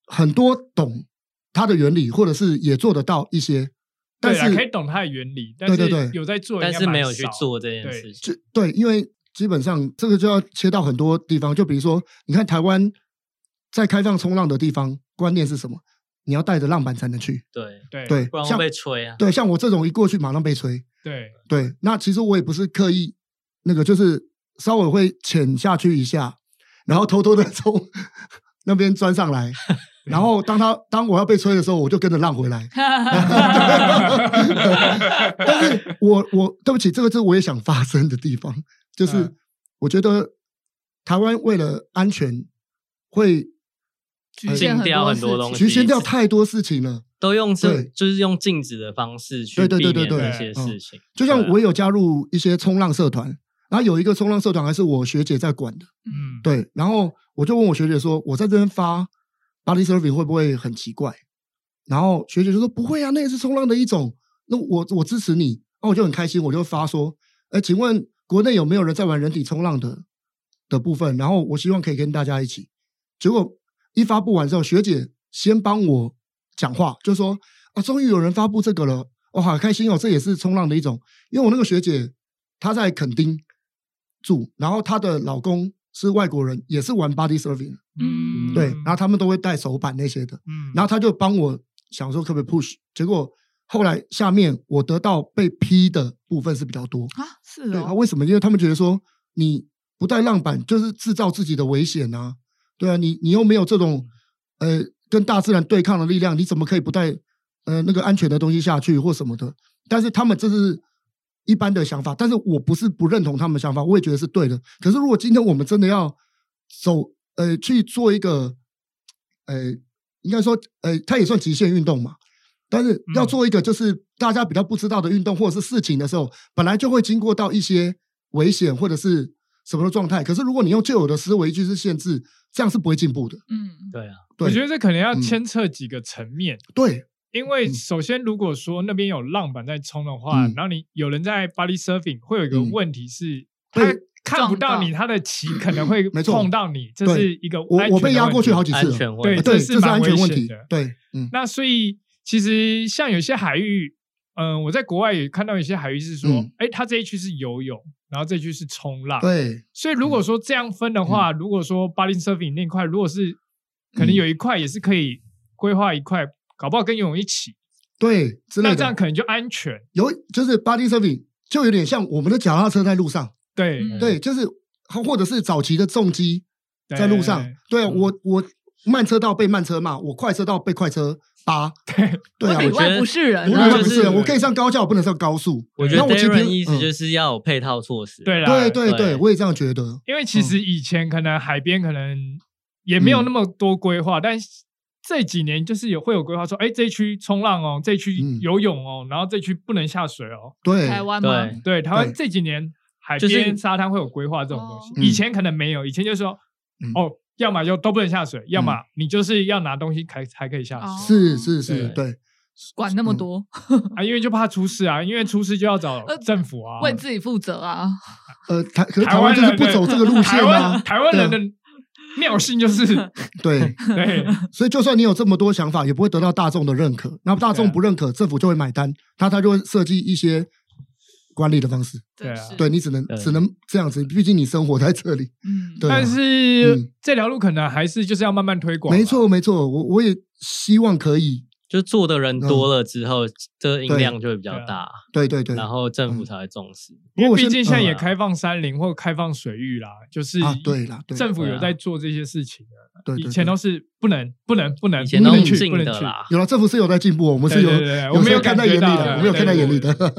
S1: 很多懂它的原理，或者是也做得到一些，但
S3: 对啊，
S1: 是
S3: 可以懂它的原理，但
S1: 对对
S3: 是
S1: 对
S3: 有在做，
S4: 但是没有去。做这件
S3: 对
S4: 事情
S1: 就。对，因为基本上这个就要切到很多地方，就比如说，你看台湾在开放冲浪的地方，观念是什么？你要带着浪板才能去，
S4: 对，
S3: 对
S1: 对
S4: 不，然会
S1: 像
S4: 被吹啊。
S1: 对像我这种一过去马上被吹，
S3: 对，
S1: 对，那其实我也不是刻意，那个就是稍微会潜下去一下，然后偷偷的 从那边钻上 来，然后当他当我要被吹的时候，我就跟着浪回 来
S2: 嗯
S1: 但是我我对不起，这个是我也想发生的地方，就是
S3: 嗯
S1: 我觉得台湾为了安全会
S2: 局限
S4: 禁掉很多
S2: 事
S4: 东西，
S1: 局限掉太多事情了。
S4: 都用这
S1: 对
S4: 就是用禁止的方式去
S1: 对对
S4: 避
S1: 对对
S4: 免
S1: 对嗯
S4: 这些
S3: 对
S4: 事情。
S1: 就像
S4: 对啊
S1: 我有加入一些冲浪社团，然后有一个冲浪社团还是我学姐在管的。
S3: 嗯，
S1: 对，然后我就问我学姐说，我在这边发 body surfing 会不会很奇怪？然后学姐就说不会啊，那也是冲浪的一种，那我我支持你。然后我就很开心，我就发说，哎，请问国内有没有人在玩人体冲浪的的部分？然后我希望可以跟大家一起。结果一发布完之后，学姐先帮我讲话，就说啊，终于有人发布这个了，我、好开心哦，这也是冲浪的一种。因为我那个学姐她在垦丁住，然后她的老公是外国人，也是玩 body surfing，的、
S2: 嗯
S1: 对，然后他们都会带手板那些的，
S3: 嗯，
S1: 然后她就帮我想说可不可以 push，结果后来下面我得到被批的部分是比较多，
S2: 啊，是
S1: 对啊，
S2: 哦，
S1: 为什么？因为他们觉得说你不带浪板就是制造自己的危险啊，对啊，你你又没有这种
S2: 嗯
S1: 呃跟大自然对抗的力量，你怎么可以不带呃那个安全的东西下去或什么的？但是他们这是一般的想法，但是我不是不认同他们的想法，我也觉得是对的。可是如果今天我们真的要走呃去做一个呃应该说呃它也算极限运动嘛，但是
S3: 嗯
S1: 要做一个就是大家比较不知道的运动或者是事情的时候，本来就会经过到一些危险或者是什么的状态。可是如果你用旧有的思维去限制，这样是不会进步的。
S2: 嗯，
S4: 对啊，
S3: 我
S1: 对
S3: 觉得这可能要
S1: 嗯
S3: 牵涉几个层面。
S1: 对
S3: 因为首先，如果说那边有浪板在冲的话，
S1: 嗯
S3: 然后你有人在 body surfing，会有一个
S1: 嗯
S3: 问题是，他
S1: 被
S3: 看不到
S2: 撞到
S3: 你，他的旗可能会
S1: 没错
S3: 碰到你，这
S1: 对
S3: 是一个
S1: 我
S3: 安全的
S1: 我被压
S3: 问
S1: 过去
S3: 题
S1: 好几次
S4: 安
S1: 了，
S4: 全
S3: 对
S4: 问
S1: 呃对，
S4: 题。
S3: 这是
S1: 这是
S3: 蛮
S1: 安全
S3: 危
S1: 问
S3: 险
S1: 题
S3: 的。
S1: 对，嗯
S3: 那所以其实像有些海域，嗯、我在国外也看到有些海域是说
S1: 嗯，
S3: 哎、它这一区是游泳，然后这一区是冲浪。，
S1: 对
S3: 所以
S1: 嗯
S3: 如果说这样分的话，如果说 body surfing 那块，如果
S1: 嗯
S3: 是可能有一块也是可以规划一块，搞不好跟游泳一起，
S1: 对之类
S3: 那这样
S1: 的，
S3: 可能就安全。
S1: 有就是 body surfing 就有点像我们的脚踏车在路上，
S3: 对，
S2: 嗯
S1: 对，就是或者是早期的重机在路上，对啊，
S3: 嗯
S1: 我我慢车道被慢车骂，我快车道被快车 扒，对啊，
S2: 里
S1: 我
S4: 觉
S2: 外
S4: 得
S2: 不是人
S1: 我
S4: 觉
S2: 啊，
S4: 得
S1: 不
S4: 就是
S1: 是，我可以上高架，我不能上高速。
S4: 我觉得
S1: 那我其实
S4: Darren
S1: 平
S4: 意思
S1: 嗯
S4: 就是要有配套措施。
S3: 对啦，
S1: 对嗯对
S4: 对
S1: 对，我也这样觉得。
S3: 因为其实以前可能海边可能也
S1: 嗯
S3: 没有那么多规划，但这几年就是有会有规划说，哎，这一区冲浪哦，这一区
S1: 嗯
S3: 游泳哦，然后这区不能下水哦。
S1: 对，
S2: 台湾吗？
S4: 对，
S3: 对，台湾
S1: 对
S3: 这几年海
S4: 就是
S3: 边沙滩会有规划这种东西，
S1: 哦
S3: 以前可能没有，以前就说
S1: 嗯
S3: 哦，要么就都不能下水，要么你就是要拿东西才才可以下
S2: 哦
S3: 水
S1: 是是是，
S4: 对
S1: 对
S2: 管那么多，
S3: 啊，因为就怕出事啊，因为出事就要找
S2: 呃
S3: 政府啊。
S2: 为自己负责啊。
S1: 呃，台可是
S3: 台
S1: 台
S3: 湾
S1: 湾就是
S3: 人
S1: 不走这个路线
S3: 台 湾
S1: 啊，
S3: 台湾人的
S1: 对
S3: 尿性就是
S1: 对，啊
S3: 对。
S1: 所以就算你有这么多想法，也不会得到大众的认可。那大
S3: 对
S1: 众
S3: 啊
S1: 不认可，政府就会买单，他他就会设计一些管理的方式。
S3: 对啊
S2: 真是
S1: 对，你只能
S4: 对
S1: 只能这样子，毕竟你生活在这里。
S2: 嗯，
S1: 对啊
S3: 但是、
S1: 嗯
S3: 这条路可能还是就是要慢慢推广。
S1: 没，错没错，我我也希望可以。
S4: 就做的人
S1: 嗯
S4: 多了之后，这音量就会比较
S3: 对啊
S4: 大，
S1: 对对嗯对，
S4: 然后政府才会重视。
S1: 不过
S3: 因为
S1: 我
S3: 毕
S1: 先
S3: 竟现在
S1: 嗯
S3: 也开放山林或开放水域啦，就是
S1: 啊对啦对
S3: 政府
S4: 对啊
S3: 有在做这些事情的。
S1: 对对
S3: 以前
S1: 对
S3: 都是不能不能不能，
S4: 以前
S3: 不
S4: 都
S3: 能
S4: 是
S3: 去不能
S4: 禁的
S3: 去，
S4: 啦，
S1: 有了政府是有在进步，哦我们是
S3: 对
S1: 有
S3: 对对对我没
S1: 是
S3: 有
S1: 看
S3: 感
S1: 在
S3: 觉
S1: 眼里
S3: 到
S1: 的，我没有
S3: 对
S1: 看在
S3: 对
S1: 眼里
S3: 对
S1: 的。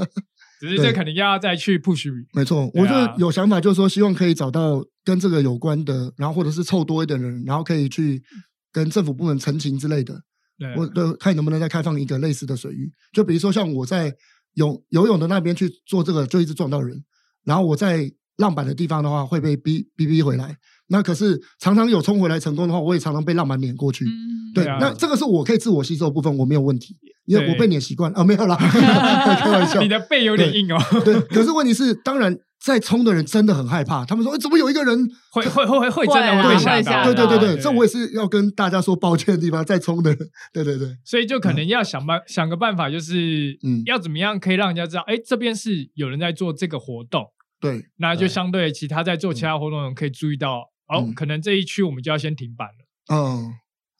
S3: 只是这
S1: 对
S3: 肯定要再去 push。
S1: 没错，
S3: 对
S1: 我就
S3: 啊
S1: 有想法，就是说希望可以找到跟这个有关的，然后或者是凑多一点人，然后可以去跟政府部门澄清之类的。
S3: 对
S1: 我对看能不能再开放一个类似的水域，就比如说像我在泳游泳的那边去做这个，就一直撞到人，然后我在浪板的地方的话会被逼逼逼回来。那可是常常有冲回来成功的话，我也常常被浪板碾过去。
S2: 嗯
S1: 对，
S3: 对啊
S1: 那这个是我可以自我吸收的部分，我没有问题，因为
S3: 对
S1: 我被碾习惯啊，没有啦，开玩笑
S3: 你。的背有点硬哦，
S1: 对，可是问题是，当然在冲的人真的很害怕，他们说、哎，怎么有一个人
S3: 会会会会会
S2: 会啊
S3: 真的
S2: 啦
S3: 会
S2: 会
S3: 吓
S2: 吓
S3: 到，啊
S1: 对
S2: 到
S1: 对对
S2: 对
S1: 对，这我也是要跟大家说抱歉的地方，在冲的人，对对对，
S3: 所以就可能要想办、想个办法，就是
S1: 嗯
S3: 要怎么样可以让人家知道，哎、这边是有人在做这个活动，
S1: 对
S3: 那就
S4: 对
S3: 相对其他在做其他活动的人可以注意到，哦，
S1: 嗯
S3: 可能这一区我们就要先停板了，
S1: 嗯，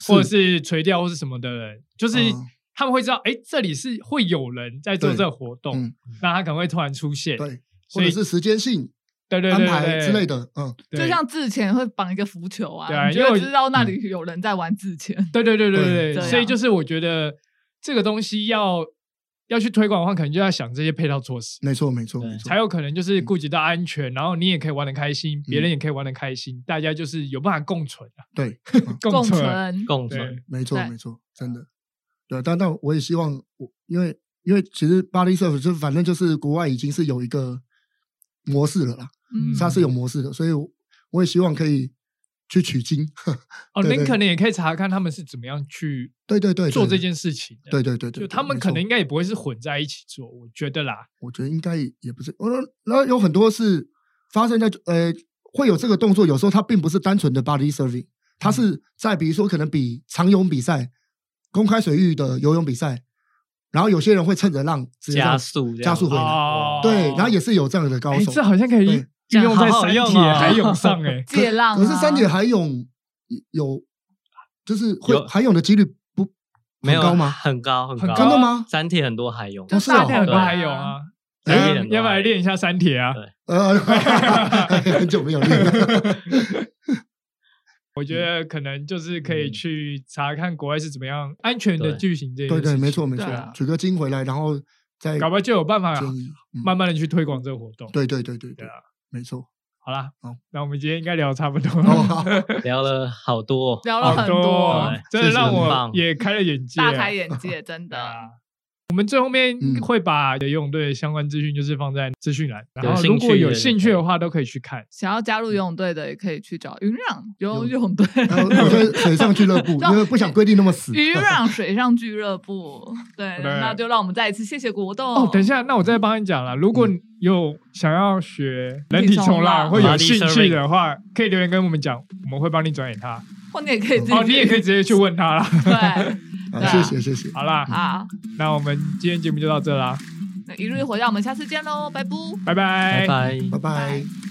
S3: 或者是垂钓或是什么的人，就是
S1: 嗯
S3: 他们会知道，哎、这里是会有人在做
S1: 对
S3: 这个活动，
S1: 嗯
S3: 那他可能会突然出现，
S1: 对，
S3: 所
S1: 或者
S3: 以
S1: 是时间性
S3: 对对
S1: 安
S3: 对
S1: 排
S3: 对
S1: 之类，的，嗯，
S3: 对
S2: 就像之前会绑一个浮球啊，
S3: 对啊
S2: 你就
S3: 因为
S2: 会知道那里有人在玩之前。
S3: 对对对对
S1: 对
S3: 对，
S2: 对啊
S3: 所以就是我觉得这个东西要要去推广的话，可能就要想这些配套措施。
S1: 没错没错
S4: 对
S1: 没错嗯
S3: 才，有可能就是顾及到安全，然后你也可以玩的开心，别人也可以玩的开心，大家就是有办法共存啊，
S1: 对，
S3: 共存，
S2: 存，
S4: 共存
S3: 对，
S1: 没错
S2: 对
S1: 没错，真的，对，啊但但我也希望我，因为因为其实巴黎 surf 就反正就是国外已经是有一个模式了啦，
S3: 嗯
S1: 它是有模式的，所以我我也希望可以去取经，
S3: 哦，
S1: 对对
S3: 您可能也可以查看他们是怎么样去
S1: 对对对对
S3: 做这
S1: 对
S3: 件事情的，
S1: 对对对对，
S3: 就他们
S1: 没
S3: 可
S1: 错
S3: 能应该也不会是混在一起做，我觉得啦，
S1: 我觉得应该也不是。我说，然后有很多是发生在呃，会有这个动作，有时候它并不是单纯的 body serving，它是在比如说可能比长泳比赛、公开水域的游泳比赛，然后有些人会趁着浪直接这样
S4: 加速这样
S1: 加速回来，
S3: 哦
S1: 对，然后也是有这样的高
S3: 哎，
S1: 手。
S3: 这好像可以
S1: 对
S3: 运用在山
S4: 这样好好
S3: 铁
S4: 用哦
S3: 还泳上哎，
S2: 借浪、啊。
S1: 可是三姐海泳有，就是会
S4: 有
S1: 海泳的几率不
S4: 没有啊
S1: 很高吗？
S4: 很高很
S3: 很
S4: 高，
S3: 高
S1: 真的吗？
S4: 三铁很多海泳，
S2: 就
S1: 哦是哦
S2: 大
S3: 那
S2: 量
S3: 很
S2: 的
S3: 多
S2: 啊
S3: 海泳，啊，
S4: 对
S3: 哎
S4: 练很多
S3: 要不要来练一下山铁啊？
S4: 对
S1: 呃，很久没有练了。
S3: 我
S1: 嗯
S3: 觉得可能就是可以去查看国外是怎么样安全的
S4: 对
S3: 进行这件
S1: 对
S3: 事情，
S1: 对，没错没错
S2: 对啊，
S1: 取个经回来，然后再
S3: 搞不好就有办法
S1: 建议。嗯
S3: 慢慢的去推广这个活动。
S1: 对对对对对
S3: 啊，
S1: 没错。
S3: 好啦
S1: 好，
S3: 那我们今天应该聊得差不多
S1: 哦，
S3: 了，
S1: 好，
S4: 聊了好多哦，
S2: 聊了很
S3: 多
S2: 多，
S3: 真
S4: 对，
S3: 的
S1: 确实
S3: 让
S1: 很
S3: 我
S4: 棒
S3: 也开了眼界啊，
S2: 大开眼 界，真
S3: 对
S2: 的。
S3: 啊。我们最后面
S1: 嗯
S3: 会把游泳队的相关资讯就是放在资讯栏，然后
S4: 有兴
S3: 如
S4: 趣
S3: 果有
S4: 的
S3: 兴趣的话都可以去看。
S2: 想要加入游泳队的，也可以去找云壤游泳队、
S1: 然后我觉得水上俱乐部，因为不想规定那么死。
S2: 云壤水上俱乐部。对，
S3: 对
S2: 那就让我们再一次谢谢国栋。
S3: 哦，等一下，那我再帮你讲了。如果
S1: 嗯
S3: 你有想要学人体冲
S2: 人体冲浪
S3: 浪或有兴趣的话，可以留言跟我们讲，我们会帮你转给他。
S2: 或你也可以自己，
S3: 哦，你也可以直接去问他啦。
S2: 对。
S1: 好
S2: 对啊
S1: 谢谢谢谢，
S3: 好啦，
S2: 好，
S3: 那我们今天节目就到这啦，
S2: 那一日回到我们下次见喽，拜拜。
S3: 拜拜
S4: 拜拜。
S1: 拜拜。